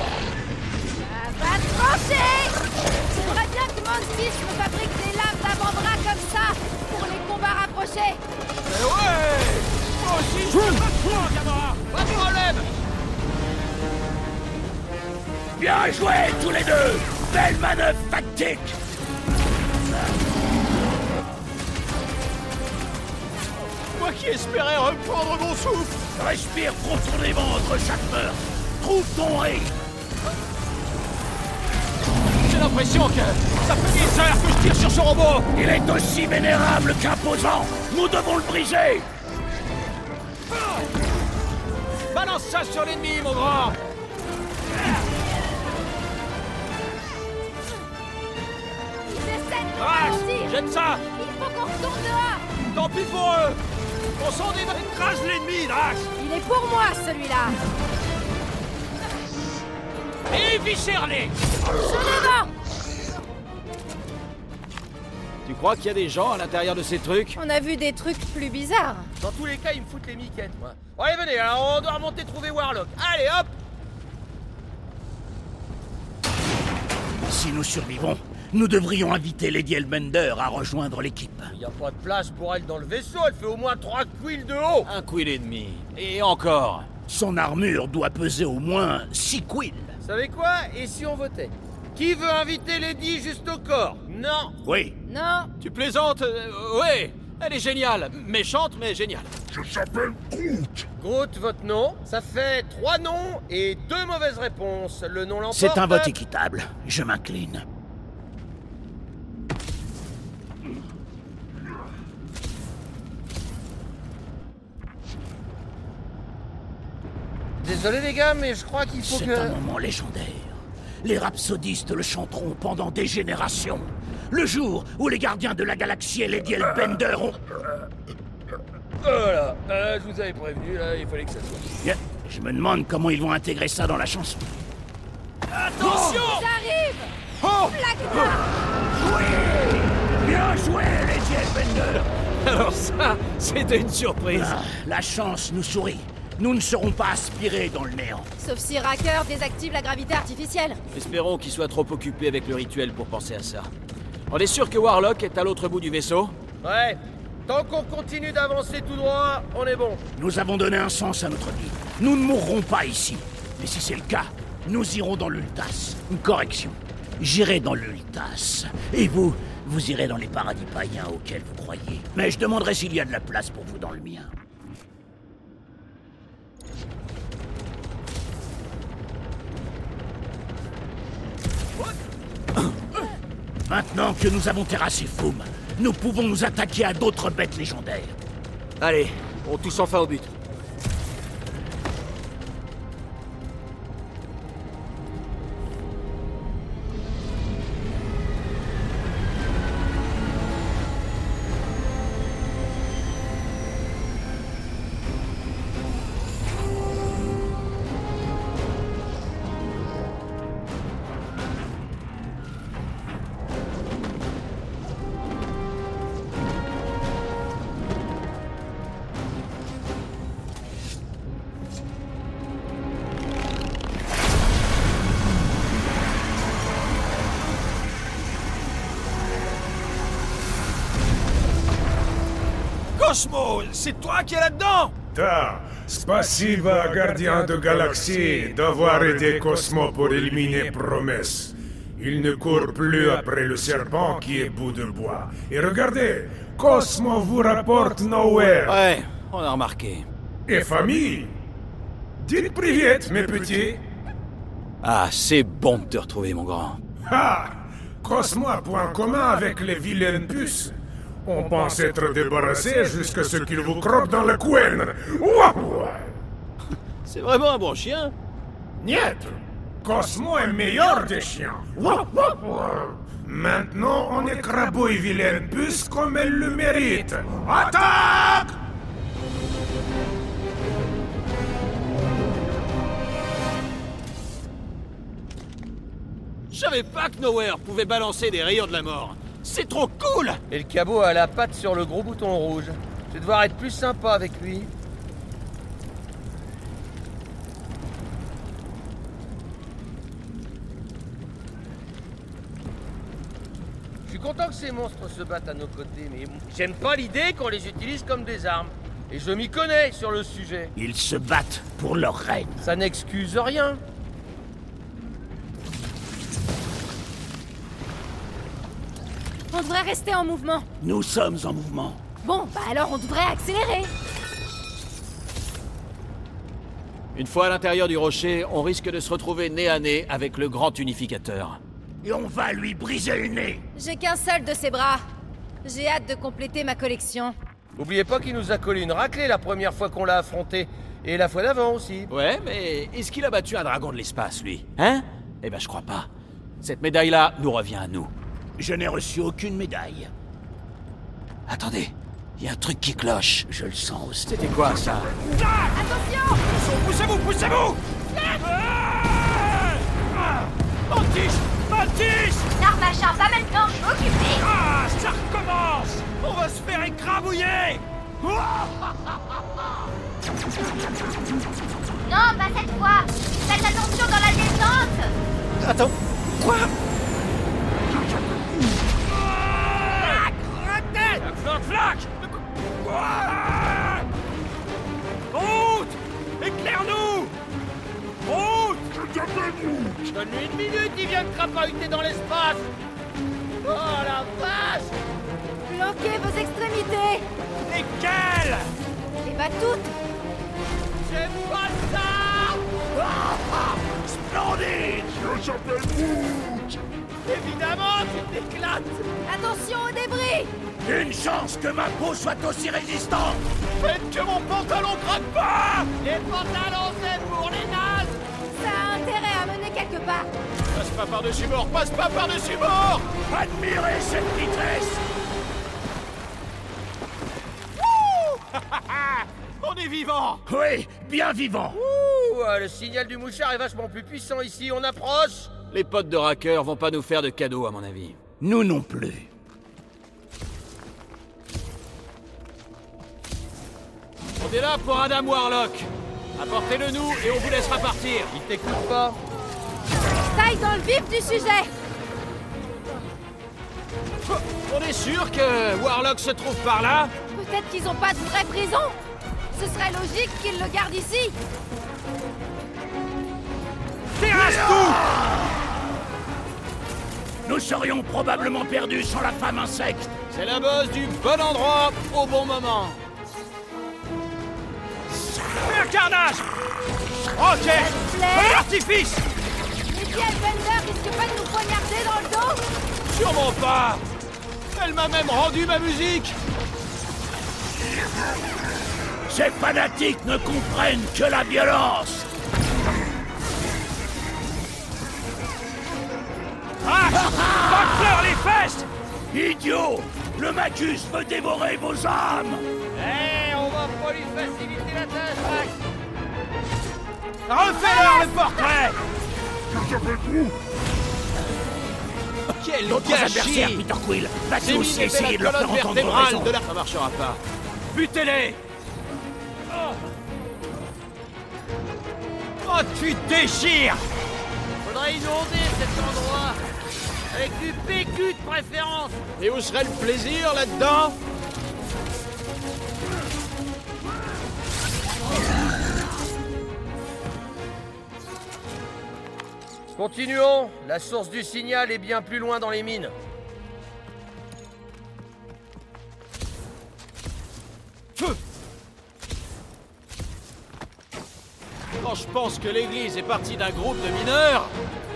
Ah, Va te pencher J'aimerais bien que Mantis me fabrique des lames d'avant-bras comme ça pour les combats rapprochés. Eh ouais Moi aussi, je suis pas de toi, Gamora Pas de problème Bien joué tous les deux Belle manœuvre tactique Moi qui espérais reprendre mon souffle Respire profondément entre chaque meurtre Trouve ton rythme J'ai l'impression que ça fait des heures que je tire sur ce robot Il est aussi vénérable qu'imposant Nous devons le briser Balance ça sur l'ennemi, mon grand Ils essaient de Crash Jette ça Il faut qu'on retourne dehors Tant pis pour eux On s'en est écrase l'ennemi, Drax Il est pour moi celui-là Éviscère-les Tu crois qu'il y a des gens à l'intérieur de ces trucs On a vu des trucs plus bizarres. Dans tous les cas, ils me foutent les miquettes, moi. Bon, allez, venez, alors on doit remonter trouver Warlock. Allez, hop Si nous survivons, nous devrions inviter Lady Elbender à rejoindre l'équipe. Il a pas de place pour elle dans le vaisseau, elle fait au moins 3 quills de haut Un quill et demi. Et encore Son armure doit peser au moins 6 quills. Vous savez quoi Et si on votait Qui veut inviter Lady juste au corps Non Oui, Non, Tu plaisantes euh, Ouais Elle est géniale Méchante, mais géniale Je s'appelle Groot. Groot, votre nom Ça fait 3 noms et 2 mauvaises réponses. Le nom l'emporte... c'est un vote équitable. Je m'incline. Désolé les gars, mais je crois qu'il faut C'est que... un moment légendaire. Les rhapsodistes le chanteront pendant des générations. Le jour où les gardiens de la galaxie et Lady Elbender ont... Voilà, euh, je vous avais prévenu, là, il fallait que ça soit. Bien, Je me demande comment ils vont intégrer ça dans la chanson. Attention j'arrive Bien joué, Lady Elbender Alors ça, c'était une surprise Ah, La chance nous sourit. Nous ne serons pas aspirés dans le néant. Sauf si Racker désactive la gravité artificielle. Espérons qu'il soit trop occupé avec le rituel pour penser à ça. On est sûr que Warlock est à l'autre bout du vaisseau Ouais, tant qu'on continue d'avancer tout droit, on est bon. Nous avons donné un sens à notre vie. Nous ne mourrons pas ici. Mais si c'est le cas, nous irons dans l'Ultas. Une correction. J'irai dans l'Ultas. Et vous, vous irez dans les paradis païens auxquels vous croyez. Mais je demanderai s'il y a de la place pour vous dans le mien. Maintenant que nous avons terrassé Foum, nous pouvons nous attaquer à d'autres bêtes légendaires. Allez, on touche enfin au but. Cosmo, c'est toi qui es là-dedans Ta, spasiba, gardien de galaxie, d'avoir aidé Cosmo pour éliminer Promesse. Il ne court plus après le serpent qui est bout de bois. Et regardez, Cosmo vous rapporte Nowhere. Ouais, on a remarqué. Et famille Dites priviette, mes petits Ah, c'est bon de te retrouver, mon grand. Ah Cosmo a point commun avec les vilaines puces. On pense être débarrassé jusqu'à ce qu'il vous croque dans la couenne. Ouah, ouah. C'est vraiment un bon chien Niet Cosmo est meilleur des chiens. Ouah, ouah, ouah. Maintenant, on écrabouille vilaine puce comme elle le mérite. Attaque Je savais pas que Nowhere pouvait balancer des rayons de la mort. C'est trop cool Et le cabot a la patte sur le gros bouton rouge. Je vais devoir être plus sympa avec lui. Je suis content que ces monstres se battent à nos côtés, mais j'aime pas l'idée qu'on les utilise comme des armes. Et je m'y connais sur le sujet. Ils se battent pour leur reine. Ça n'excuse rien. On devrait rester en mouvement. Nous sommes en mouvement. Bon, bah alors on devrait accélérer. Une fois à l'intérieur du rocher, on risque de se retrouver nez à nez avec le grand unificateur. Et on va lui briser le nez. J'ai qu'un seul de ses bras. J'ai hâte de compléter ma collection. Oubliez pas qu'il nous a collé une raclée la première fois qu'on l'a affronté. Et la fois d'avant aussi. Ouais, mais est-ce qu'il a battu un dragon de l'espace, lui Hein Eh ben, je crois pas. Cette médaille-là nous revient à nous. Je n'ai reçu aucune médaille. Attendez, il y a un truc qui cloche. Je le sens aussi. C'était quoi, ça Poussez-vous, poussez-vous Ah! Mantis Mantis L'arme à char, va maintenant, je suis occupée Ah, ça recommence On va se faire écrabouiller Non, pas cette fois Faites attention dans la descente Attends. Quoi Flac, flac Quoi Route Éclaire-nous Route Donne-lui une minute, il vient de crapahuter dans l'espace Oh la vache Bloquez vos extrémités Lesquelles Et pas toutes J'aime pas ça Splendide Évidemment, tu t'éclates Attention aux débris Une chance que ma peau soit aussi résistante. Faites que mon pantalon craque pas Les pantalons, c'est pour les nazes Ça a intérêt à mener quelque part Passe pas par-dessus bord Passe pas par-dessus bord Admirez cette vitesse. On est vivant Oui, bien vivant. Ouh, ah, euh, le signal du mouchard est vachement plus puissant ici, on approche Les potes de Racker vont pas nous faire de cadeaux, à mon avis. Nous non plus. On est là pour Adam Warlock. Apportez-le nous et on vous laissera partir. Il t'écoute pas Taille dans le vif du sujet On est sûr que Warlock se trouve par là Peut-être qu'ils ont pas de vraie prison Ce serait logique qu'ils le gardent ici Nous serions probablement perdus sans la femme insecte. C'est la bosse du bon endroit au bon moment. Fais un carnage Ok Feu d'artifice Mais Diel Bender risque pas de nous poignarder dans le dos Sûrement pas Elle m'a même rendu ma musique Ces fanatiques ne comprennent que la violence. Fleur les Ah, fesses Idiot Le Magus veut dévorer vos âmes. Eh, on va pas lui faciliter la tâche, Max Refais-leur le portrait Oh, Quel D'autres adversaires, gâchis Peter Quill. Vas-y aussi essayer de la leur faire colonne entendre vertébrale raison. de la... Ça marchera pas. Butez-les Oh. Oh, tu déchires Faudrait inonder cet endroit Avec du PQ de préférence Et où serait le plaisir là-dedans Continuons, la source du signal est bien plus loin dans les mines. Feu Quand je pense que l'église est partie d'un groupe de mineurs,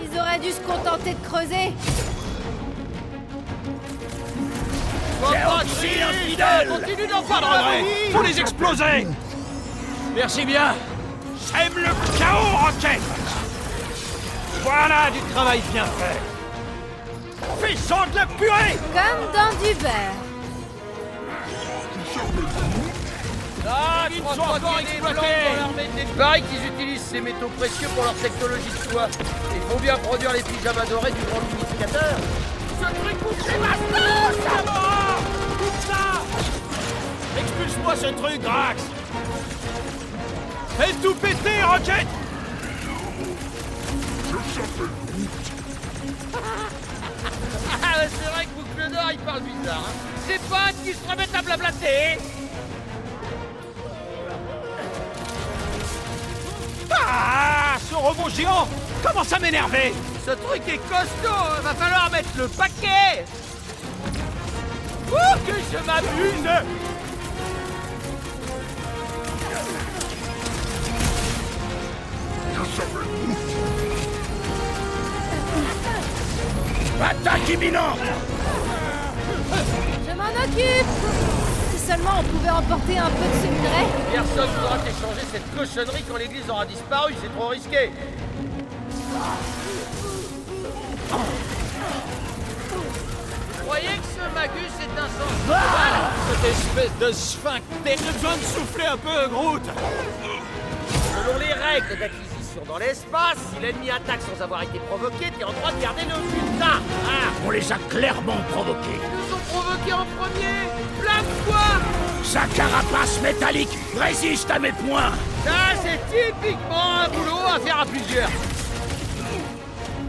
Ils auraient dû se contenter de creuser Géoxy infidèle Continue d'en Pas de regret Faut les exploser Merci bien J'aime le chaos, Rocket Voilà du Travail bien fait puissant de la purée Comme dans du beurre Ah, Ils sont encore exploités Il paraît qu'ils utilisent ces métaux précieux pour leur technologie de soie. Ils font bien produire les pyjamas dorés du grand unificateur. Expulse-moi ce truc, Drax Fais tout péter, Rocket Ah ouais, c'est vrai que Boucle d'Or, il parle bizarre. Hein. C'est pas qui se remettent à blablater Ah Ce robot géant commence à m'énerver Ce truc est costaud, hein. va falloir mettre le paquet Oh, que je m'abuse Attaque imminente Je m'en occupe Si seulement on pouvait emporter un peu de ce minerai Personne ne pourra t'échanger cette cochonnerie quand l'église aura disparu, c'est trop risqué Vous croyez que ce magus est un sens Ah Cette espèce de sphincter J'ai besoin de souffler un peu, Groot Selon les règles d'acquisition dans l'espace, si l'ennemi attaque sans avoir été provoqué, t'es en droit de garder le putain Ah On les a clairement provoqués. Ils nous ont provoqués en premier Blâme-toi Sa carapace métallique résiste à mes poings Ça, c'est typiquement un boulot à faire à plusieurs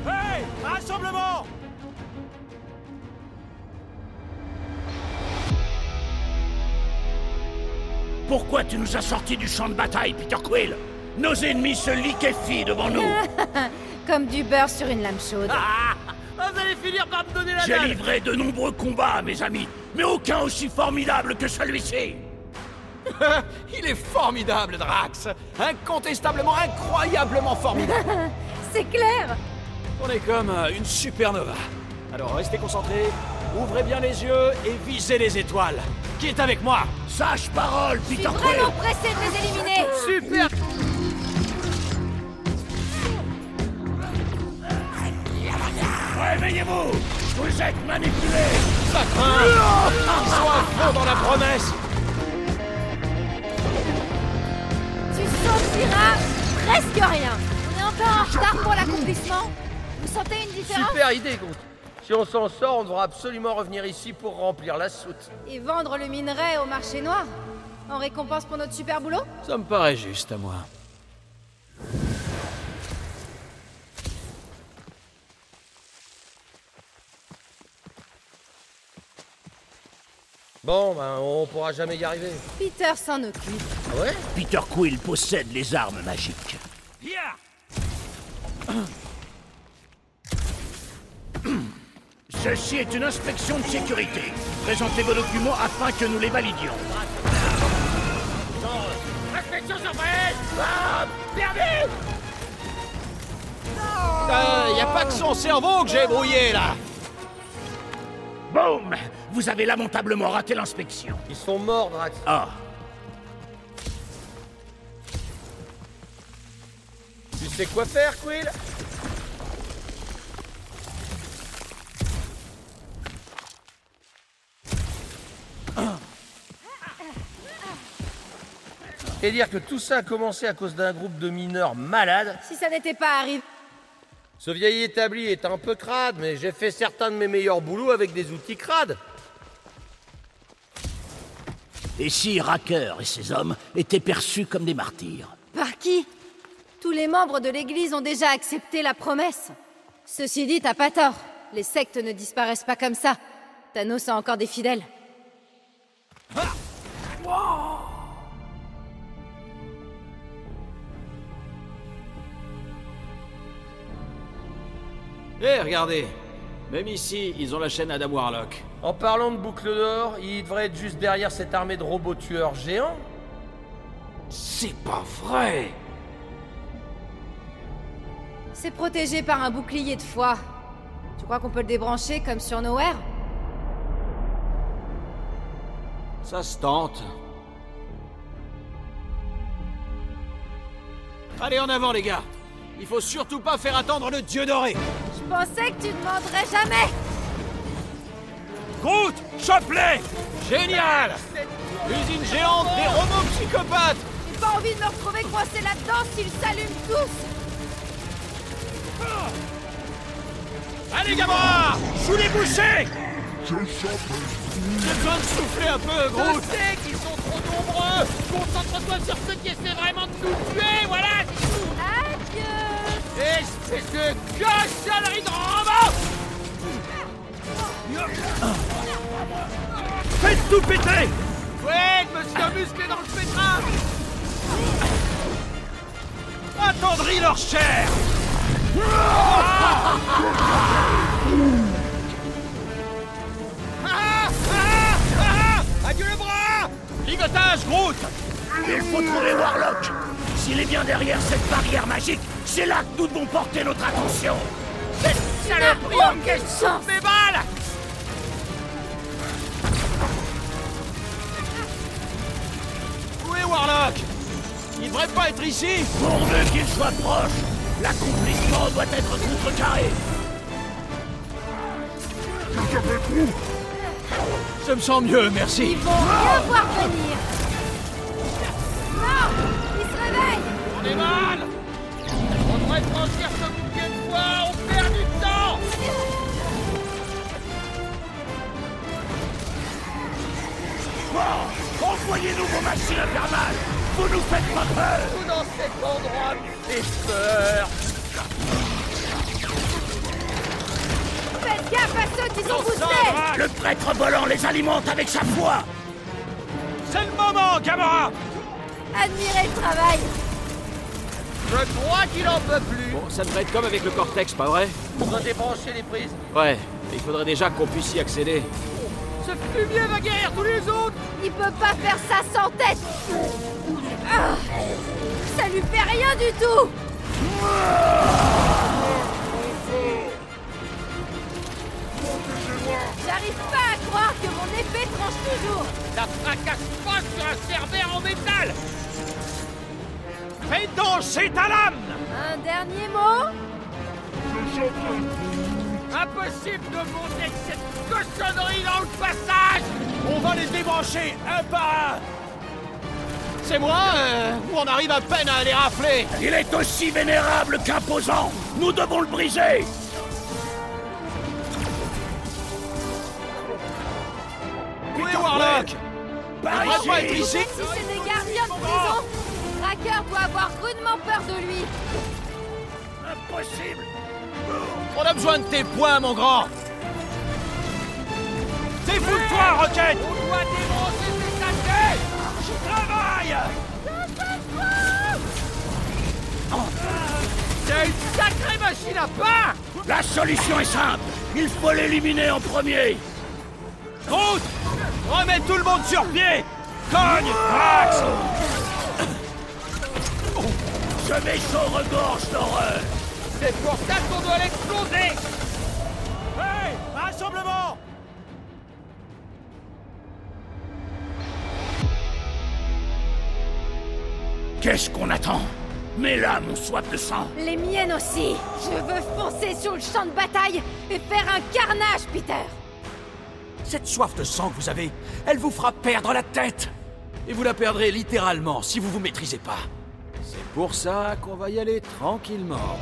Hey Rassemblement Pourquoi tu nous as sortis du champ de bataille, Peter Quill Nos ennemis se liquéfient devant nous Comme du beurre sur une lame chaude. Ah Ah, Vous allez finir par me donner la J'ai dalle livré de nombreux combats, mes amis, mais aucun aussi formidable que celui-ci Il est formidable, Drax Incontestablement, incroyablement formidable C'est clair On est comme euh, une supernova. Alors restez concentrés, ouvrez bien les yeux et visez les étoiles. Qui est avec moi Sage parole, Je suis Peter Quill vraiment pressée de les éliminer Super Réveillez-vous Vous êtes manipulés Ça craint Ils sont à fond dans la promesse Tu sentiras presque rien On est un peu en retard pour l'accomplissement Vous sentez une différence Super idée, Groot Si on s'en sort, on devra absolument revenir ici pour remplir la soute. Et vendre le minerai au marché noir En récompense pour notre super boulot Ça me paraît juste à moi. Bon, ben, on pourra jamais y arriver. Peter s'en occupe. Ah ouais Peter Quill possède les armes magiques. Ceci est une inspection de sécurité. Présentez vos documents afin que nous les validions. Inspection surprise Bam Perdu Euh, y a pas que son cerveau que j'ai brouillé là Boum Vous avez lamentablement raté l'inspection. Ils sont morts, Drax. Ah, Tu sais quoi faire, Quill Et dire que tout ça a commencé à cause d'un groupe de mineurs malades. Si ça n'était pas arrivé, Ce vieil établi est un peu crade, mais j'ai fait certains de mes meilleurs boulots avec des outils crades. et si Racker et ses hommes étaient perçus comme des martyrs par qui Tous les membres de l'Église ont déjà accepté la promesse. Ceci dit, t'as pas tort. Les sectes ne disparaissent pas comme ça. Thanos a encore des fidèles. Eh, regardez Même ici, ils ont la chaîne Adam Warlock. En parlant de boucle d'or, il devrait être juste derrière cette armée de robots tueurs géants. C'est pas vrai C'est protégé par un bouclier de foi. Tu crois qu'on peut le débrancher comme sur Nowhere Ça se tente. Allez, en avant, les gars Il faut surtout pas faire attendre le dieu doré Je pensais que tu demanderais jamais Groot, chope-les Génial Usine géante des robots psychopathes J'ai pas envie de me retrouver coincé là-dedans s'ils s'allument tous Allez, Gamora Sous les bouchées J'ai besoin de souffler un peu, Je Groot sais qu'ils sont trop nombreux Concentre-toi sur ceux qui essaient vraiment de nous tuer, voilà, c'est tout Adieu Espèce de cochonnerie de robot Faites tout péter Ouais, je me suis musclé dans le pétrin Attendris leur chair Ah Ah Ligotage, Groot Il faut trouver Warlock S'il est bien derrière cette barrière magique, c'est là que nous devons porter notre attention Saloperie en question Mes balles Où est Warlock Il devrait pas être ici Pour mieux qu'il soit proche, l'accomplissement doit être contrecarré Je me sens mieux, merci Bon, mieux voir venir Non Il se réveille On est mal On devrait franchir ce bouquet de bois, on perd du temps Bon, envoyez-nous vos machines infernales Vous nous faites pas peur Tout dans cet endroit me fait peur Faites gaffe à ceux qui Oh, sont boostés Sandra, Le prêtre volant les alimente avec sa foi C'est le moment, Gamora Admirez le travail Je crois qu'il en peut plus Bon, ça devrait être comme avec le cortex, pas vrai On doit débrancher les prises Ouais, il faudrait déjà qu'on puisse y accéder. Ce fumier va guérir tous les autres Il peut pas faire ça sans tête Ah, Ça lui fait rien du tout J'arrive pas à croire que mon épée tranche toujours Ça fracasse pas sur un cerbère en métal Fais danser ta lame Un dernier mot Impossible de monter cette cochonnerie dans le passage On va les débrancher un par un C'est moi euh, ou on arrive à peine à les rafler Il est aussi vénérable qu'imposant Nous devons le briser Où est Warlock Par On va pas être ici ici Même si c'est des gardiens de prison, Tracker doit avoir rudement peur de lui Impossible On a besoin de tes poings, mon grand Défoule-toi, Rocket Eh, On doit débrancher ces sachets Je travaille C'est une sacrée machine à pain La solution est simple Il faut l'éliminer en premier Route Remets tout le monde sur pied Cogne Brax Ce vaisseau regorge d'horreur C'est pour ça qu'on doit l'exploser Hey Rassemblement Qu'est-ce qu'on attend Mets là mon soif de sang Les miennes aussi Je veux foncer sur le champ de bataille et faire un carnage, Peter Cette soif de sang que vous avez, elle vous fera perdre la tête Et vous la perdrez littéralement si vous vous maîtrisez pas. C'est pour ça qu'on va y aller tranquillement.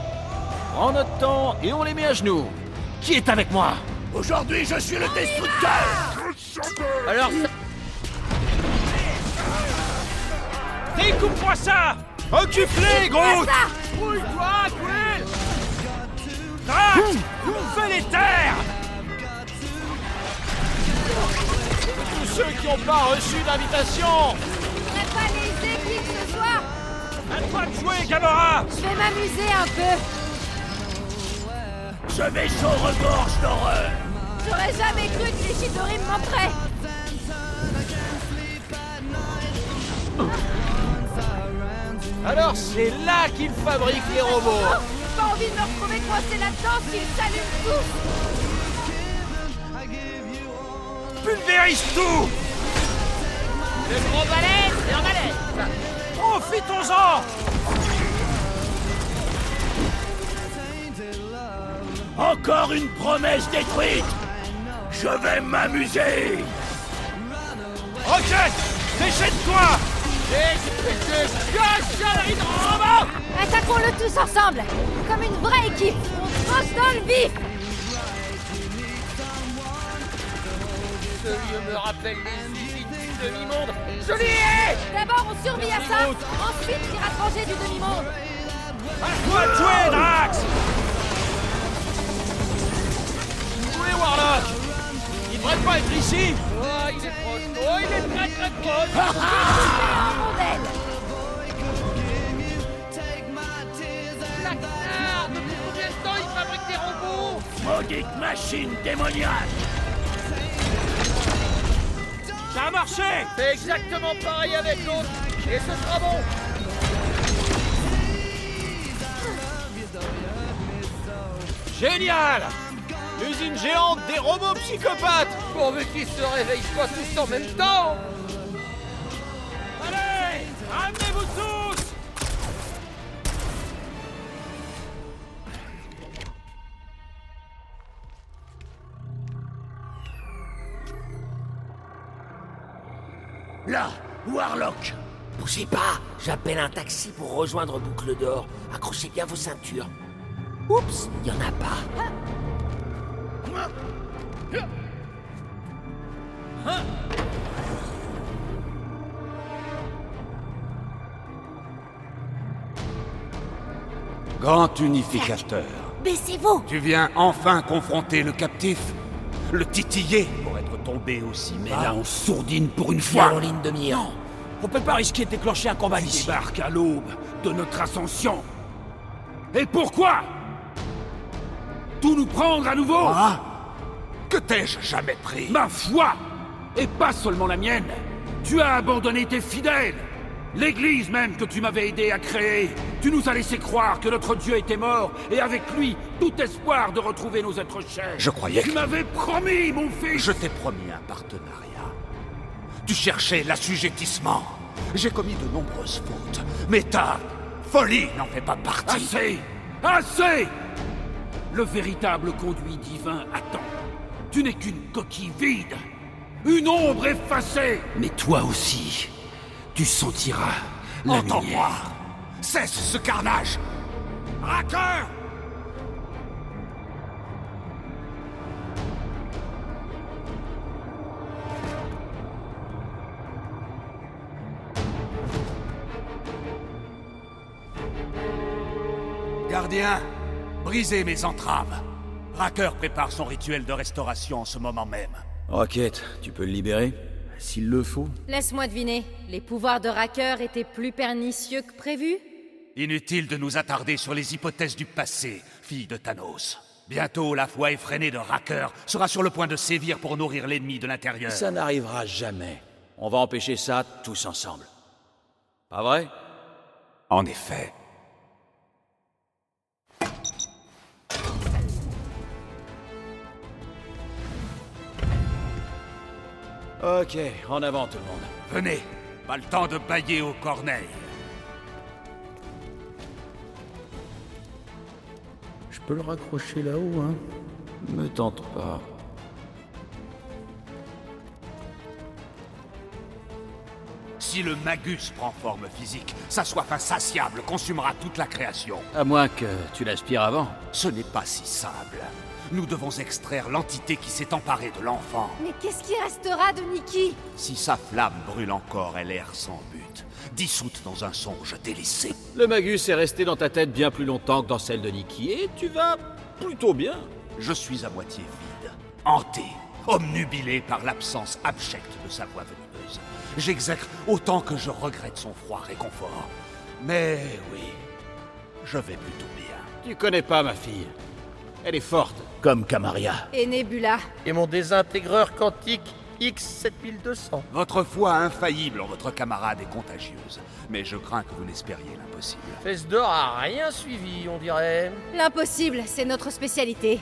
Prends notre temps et on les met à genoux. Qui est avec moi Aujourd'hui, je suis le destructeur Alors ça... Découpe-moi ça Occupe-les, gros Ça Bouge-toi, Quill Brax Fais les terres Tous ceux qui n'ont pas reçu d'invitation voudrais pas les équipes ce soir À toi de jouer, Gamora Je vais m'amuser un peu Ce vaisseau regorge d'horreur J'aurais jamais cru que les Chidori me manqueraient Alors c'est là qu'ils fabriquent les robots J'ai Pas envie de me retrouver coincé là-dedans s'ils s'allument tous Pulvérise tout Le gros balai, c'est en balai Profitons-en Encore une promesse détruite Je vais m'amuser Rocket Déchaîne-toi Espèce de cochonnerie de robot Attaquons-le tous ensemble Comme une vraie équipe On se lance dans le vif Ce vieux me rappelle les usines du demi-monde Je l'y ai D'abord on survit à ça, ensuite ira trancher du demi-monde Toi tuer, Drax Où est Warlock Il devrait pas être ici Ah! Oh, il est proche Oh, il est très très proche En rondelle Placard Depuis combien de temps il fabrique des robots Maudite machine démoniaque Ça a marché Fais exactement pareil avec l'autre, et ce sera bon Génial Usine géante des robots psychopathes Pourvu qu'ils se réveillent pas tous en même temps Allez Ramenez-vous tous Là, Warlock Bougez pas J'appelle un taxi pour rejoindre Boucle d'Or. Accrochez bien vos ceintures. Oups, il y en a pas. Grand unificateur, Baissez-vous tu viens enfin confronter le captif, le titiller pour être tombé aussi mais là on sourdine pour une fois. en ligne de mire. On peut pas risquer de déclencher un combat Tu ici. débarques à l'aube de notre ascension. Et pourquoi Tout nous prendre à nouveau Que t'ai-je jamais pris Ah. Ma foi Et pas seulement la mienne Tu as abandonné tes fidèles L'église même que tu m'avais aidé à créer Tu nous as laissé croire que notre Dieu était mort et avec lui tout espoir de retrouver nos êtres chers. Je croyais Tu que- m'avais promis, mon fils Je t'ai promis un partenariat. Tu cherchais l'assujettissement. J'ai commis de nombreuses fautes, mais ta folie n'en fait pas partie. Assez Assez Le véritable conduit divin attend. Tu n'es qu'une coquille vide, une ombre effacée. Mais toi aussi, tu sentiras la Entends-moi lumière. Cesse ce carnage Raqueur Gardien, brisez mes entraves. Raqueur prépare son rituel de restauration en ce moment même. Rocket, tu peux le libérer S'il le faut. Laisse-moi deviner, les pouvoirs de Racker étaient plus pernicieux que prévu Inutile de nous attarder sur les hypothèses du passé, fille de Thanos. Bientôt, la foi effrénée de Racker sera sur le point de sévir pour nourrir l'ennemi de l'intérieur. Ça n'arrivera jamais. Eh. On va empêcher ça tous ensemble. Pas vrai En effet. Ok, en avant tout le monde. Venez, pas le temps de bailler aux corneilles. Je peux le raccrocher là-haut, hein Me tente pas. Si le magus prend forme physique, sa soif insatiable consumera toute la création. À moins que tu l'aspires avant. Ce n'est pas si simple. Nous devons extraire l'entité qui s'est emparée de l'enfant. Mais qu'est-ce qui restera de Nikki Si sa flamme brûle encore, elle erre sans but, dissoute dans un songe délaissé. Le Magus est resté dans ta tête bien plus longtemps que dans celle de Nikki, et tu vas plutôt bien. Je suis à moitié vide, hanté, omnubilé par l'absence abjecte de sa voix venimeuse. J'exècre autant que je regrette son froid réconfort. Mais oui, je vais plutôt bien. Tu connais pas ma fille. Elle est forte. Comme Camaria. Et Nebula Et mon désintégreur quantique X7200. Votre foi infaillible en votre camarade est contagieuse, mais je crains que vous n'espériez l'impossible. Fesse d'or a rien suivi, on dirait. L'impossible, c'est notre spécialité.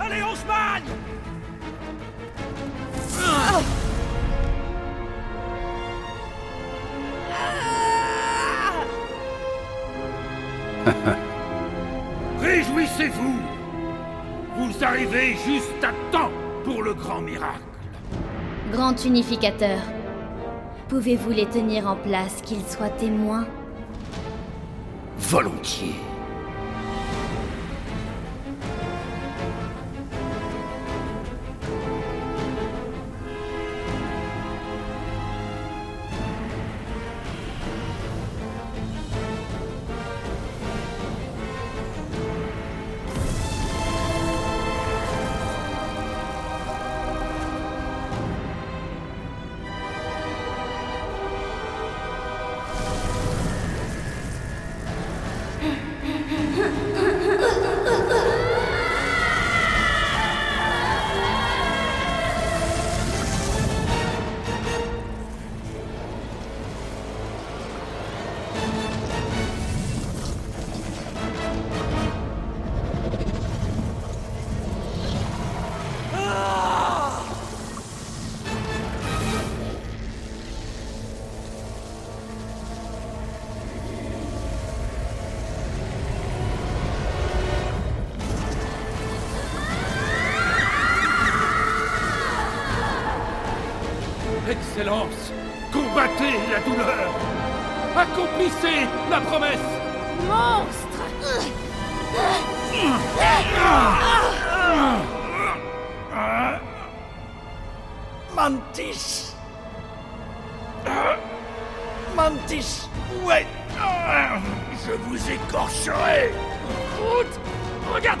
Allez, on se magne Réjouissez-vous Vous arrivez juste à temps pour le grand miracle. Grand unificateur, pouvez-vous les tenir en place, qu'ils soient témoins Volontiers. Excellence, combattez la douleur Accomplissez la promesse Monstre Mantis Mantis, ouais Je vous écorcherai Route Regarde